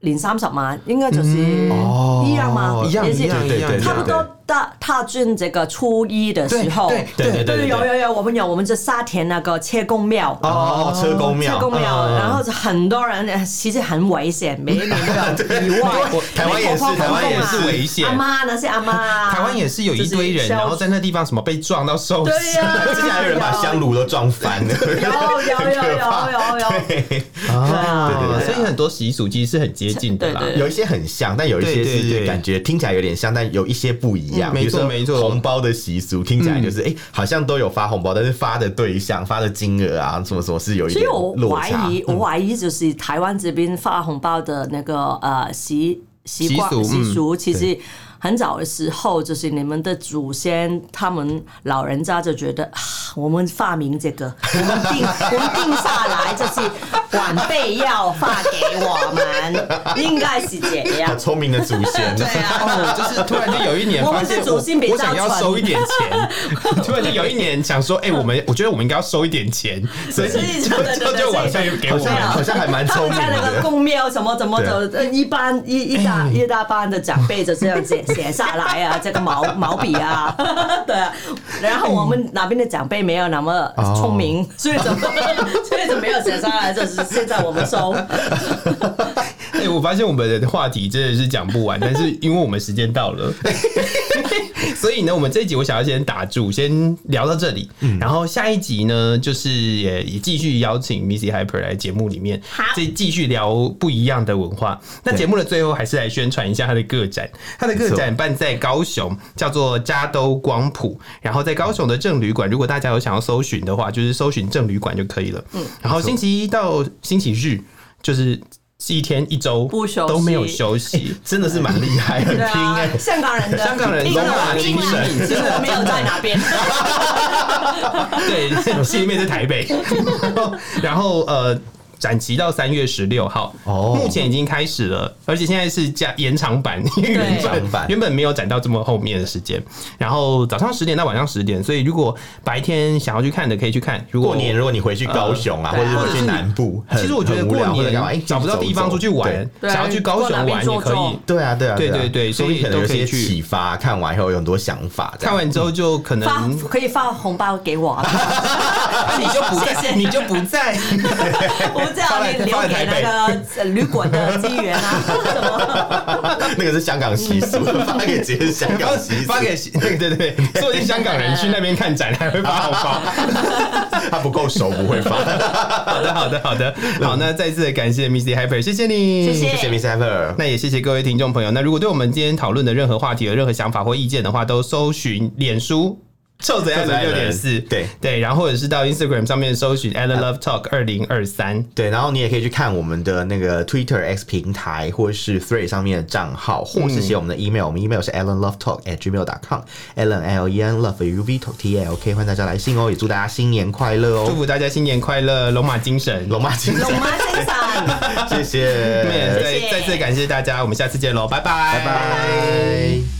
Speaker 1: 年三十嘛，应该就是
Speaker 3: 哦
Speaker 1: 一样吗？
Speaker 2: 嗯一样
Speaker 1: 也是
Speaker 2: 一样
Speaker 3: 对
Speaker 2: 一样，
Speaker 3: 对对
Speaker 1: 差不多大踏进这个初一的时候，
Speaker 2: 对
Speaker 3: 对对对对
Speaker 1: 有
Speaker 3: 对。
Speaker 1: 有有，我们有我们这沙田那个车公庙。
Speaker 3: 哦，车公
Speaker 1: 车
Speaker 3: 庙，
Speaker 1: 公庙，
Speaker 3: 嗯。
Speaker 1: 然后就很多人，呃其实很危险，每一年 都有意外
Speaker 3: 台湾也是
Speaker 1: 婆婆
Speaker 3: 台湾
Speaker 1: 公公
Speaker 3: 也
Speaker 1: 啊
Speaker 3: 是
Speaker 2: 危险
Speaker 1: 阿妈那些阿妈啊，
Speaker 2: 台湾也是有一堆
Speaker 1: 就
Speaker 2: 人，
Speaker 1: 是消
Speaker 2: 然后在那地方什么被撞到受伤，
Speaker 1: 对呀，
Speaker 3: 之前还有人把香炉都撞 翻了，
Speaker 1: 有有有
Speaker 3: 很可怕
Speaker 1: 有有有啊
Speaker 3: 对
Speaker 1: 对
Speaker 2: 哦
Speaker 1: 对对
Speaker 2: 所以很多习俗其实是很接近的啦
Speaker 1: 对。对
Speaker 3: 有一些很像，但有一些
Speaker 2: 对对
Speaker 3: 是
Speaker 2: 对
Speaker 3: 感觉听起来有点像，但有一些不一样。
Speaker 2: 嗯没错
Speaker 3: 比如说
Speaker 2: 没错
Speaker 3: 红包的习俗听起
Speaker 1: 嗯
Speaker 3: 来就是，哎、好像都有发红包，但是发的对象、发的金额啊，什么什么是有一
Speaker 1: 所
Speaker 3: 点
Speaker 1: 以我
Speaker 3: 落
Speaker 1: 怀
Speaker 3: 差。
Speaker 1: 疑，我怀疑就是台湾这边发红包的那个呃习习惯
Speaker 2: 习俗嗯
Speaker 1: 习俗，其实很早的时候，就是你们的祖先他们老人家就觉得， 啊、我们发明这个，我们定我们定下来就是晚辈要发给我们，应该是这
Speaker 3: 好
Speaker 1: 样。
Speaker 3: 聪明的祖 先，
Speaker 1: 对啊，
Speaker 2: 就是突然就有一年
Speaker 1: 我们
Speaker 2: 发现
Speaker 1: 是祖先比较
Speaker 2: 我想要
Speaker 1: 纯
Speaker 2: 收一点 钱，突然就有一年想说，哎，我们我觉得我们应该要收一点钱， 所以
Speaker 1: 所以
Speaker 2: 就
Speaker 1: 对对
Speaker 2: 就
Speaker 1: 对
Speaker 2: 就
Speaker 1: 所以
Speaker 2: 往下又给我
Speaker 3: 好
Speaker 2: 们
Speaker 3: 像
Speaker 1: 对啊
Speaker 3: 好像还 蛮
Speaker 1: 他
Speaker 3: 聪
Speaker 1: 们
Speaker 3: 明
Speaker 1: 在那个
Speaker 3: 的。
Speaker 1: 公庙什么怎么走，呃一般一一大
Speaker 2: 哎
Speaker 1: 一大班的长辈就这样写 写下来啊，这个毛毛笔啊， 对啊。然后我们那边的长辈没有那么聪
Speaker 2: 哦
Speaker 1: 明，所以就 所以就没有写下来，就是现在我们 收。
Speaker 2: 哎、我发现我们的话题真的是讲不完，但是因为我们时间到了，所以呢，我们这一集我想要先打住，先聊到这里。然后下一集呢，就是也也继续邀请 Missy Hyper 来节目里面，再继续聊不一样的文化。那节目的最后还是来宣传一下他的个展，他的个展办在高雄，叫做加州光谱。然后在高雄的正旅馆，如果大家有想要搜寻的话，就是搜寻正旅馆就可以了。嗯，然后星期一到星期日就是。一天一周
Speaker 1: 不休息
Speaker 2: 都没有休 息，
Speaker 3: 哎真的是蛮厉害，很
Speaker 1: 对
Speaker 3: 拼
Speaker 1: 啊
Speaker 3: 哎、，
Speaker 1: 香港人的
Speaker 2: 香港人
Speaker 1: 拼
Speaker 2: 香
Speaker 1: 了
Speaker 2: 港人
Speaker 1: 拼了
Speaker 2: 精，神
Speaker 1: 其实我没有在哪边。
Speaker 2: 对，心里面在台北。然后然后呃，展期到三月十六号。哦，目前已经开始了，而且现在是加延长版，因为原
Speaker 3: 延长
Speaker 2: 本
Speaker 3: 版
Speaker 2: 原本没有展到这么后面的时间。然后早上十点到晚上十点，所以如果白天想要去看的可以去看。如果嗯
Speaker 3: 过年如果你回去高雄啊，或
Speaker 2: 或
Speaker 3: 者是
Speaker 2: 者
Speaker 3: 回
Speaker 2: 是
Speaker 3: 去
Speaker 2: 你
Speaker 3: 南部，很
Speaker 2: 其实我觉得
Speaker 3: 很无
Speaker 2: 过
Speaker 3: 聊或者干嘛哎
Speaker 2: 年找不到地方出去玩，
Speaker 1: 对
Speaker 2: 想要去高雄玩也可
Speaker 1: 对
Speaker 2: 以。
Speaker 3: 对啊，对啊，
Speaker 2: 对
Speaker 3: 啊
Speaker 2: 对对
Speaker 3: 说不
Speaker 2: 所以
Speaker 3: 定可能有
Speaker 2: 都可以
Speaker 3: 些
Speaker 2: 去
Speaker 3: 启发，看完以后有很多想法这样。
Speaker 2: 看完之后就可 能
Speaker 1: 发可以发红包给我啊，
Speaker 2: 啊 你就不在，你就不 在。
Speaker 1: 我们这样你留给那个呃旅馆的机缘啊，什么
Speaker 3: 那个是香港 习俗，发给直接香港习俗，
Speaker 2: 发给 对对 对，所以香港人去那边看展还会发红包。
Speaker 3: 他不够熟 不会发。
Speaker 2: 好的，好的，好的，好，那再次感谢 Missy Hyper，谢谢你，
Speaker 1: 谢谢
Speaker 3: 谢谢 Miss Ever，
Speaker 2: 那也谢谢各位听众朋友。那如果对我们今天讨论的任何话题有任何想法或意见的话，都搜寻脸书。臭子样子六点四，
Speaker 3: 对
Speaker 2: 对，然后或者是到 Instagram 上面搜寻 Alan Love Talk 二零二三，
Speaker 3: 对，然后你也可以去看我们的那个 Twitter X 平台，或是 Three 上面的账号，或是写我们的 email，、我们 email 是 allenlovetalk at gmail.com，allen l e n love u v talk t l k，欢迎大家来信哦，也祝大家新年快乐
Speaker 2: 祝
Speaker 3: 哦，
Speaker 2: 福大家新年快乐，龙马精神。
Speaker 3: 龙马精神，
Speaker 1: 龙妈先生。
Speaker 3: 谢谢，
Speaker 2: 对，
Speaker 1: 谢
Speaker 2: 再再次感谢大家，我们下次见喽，拜拜，
Speaker 3: 拜拜。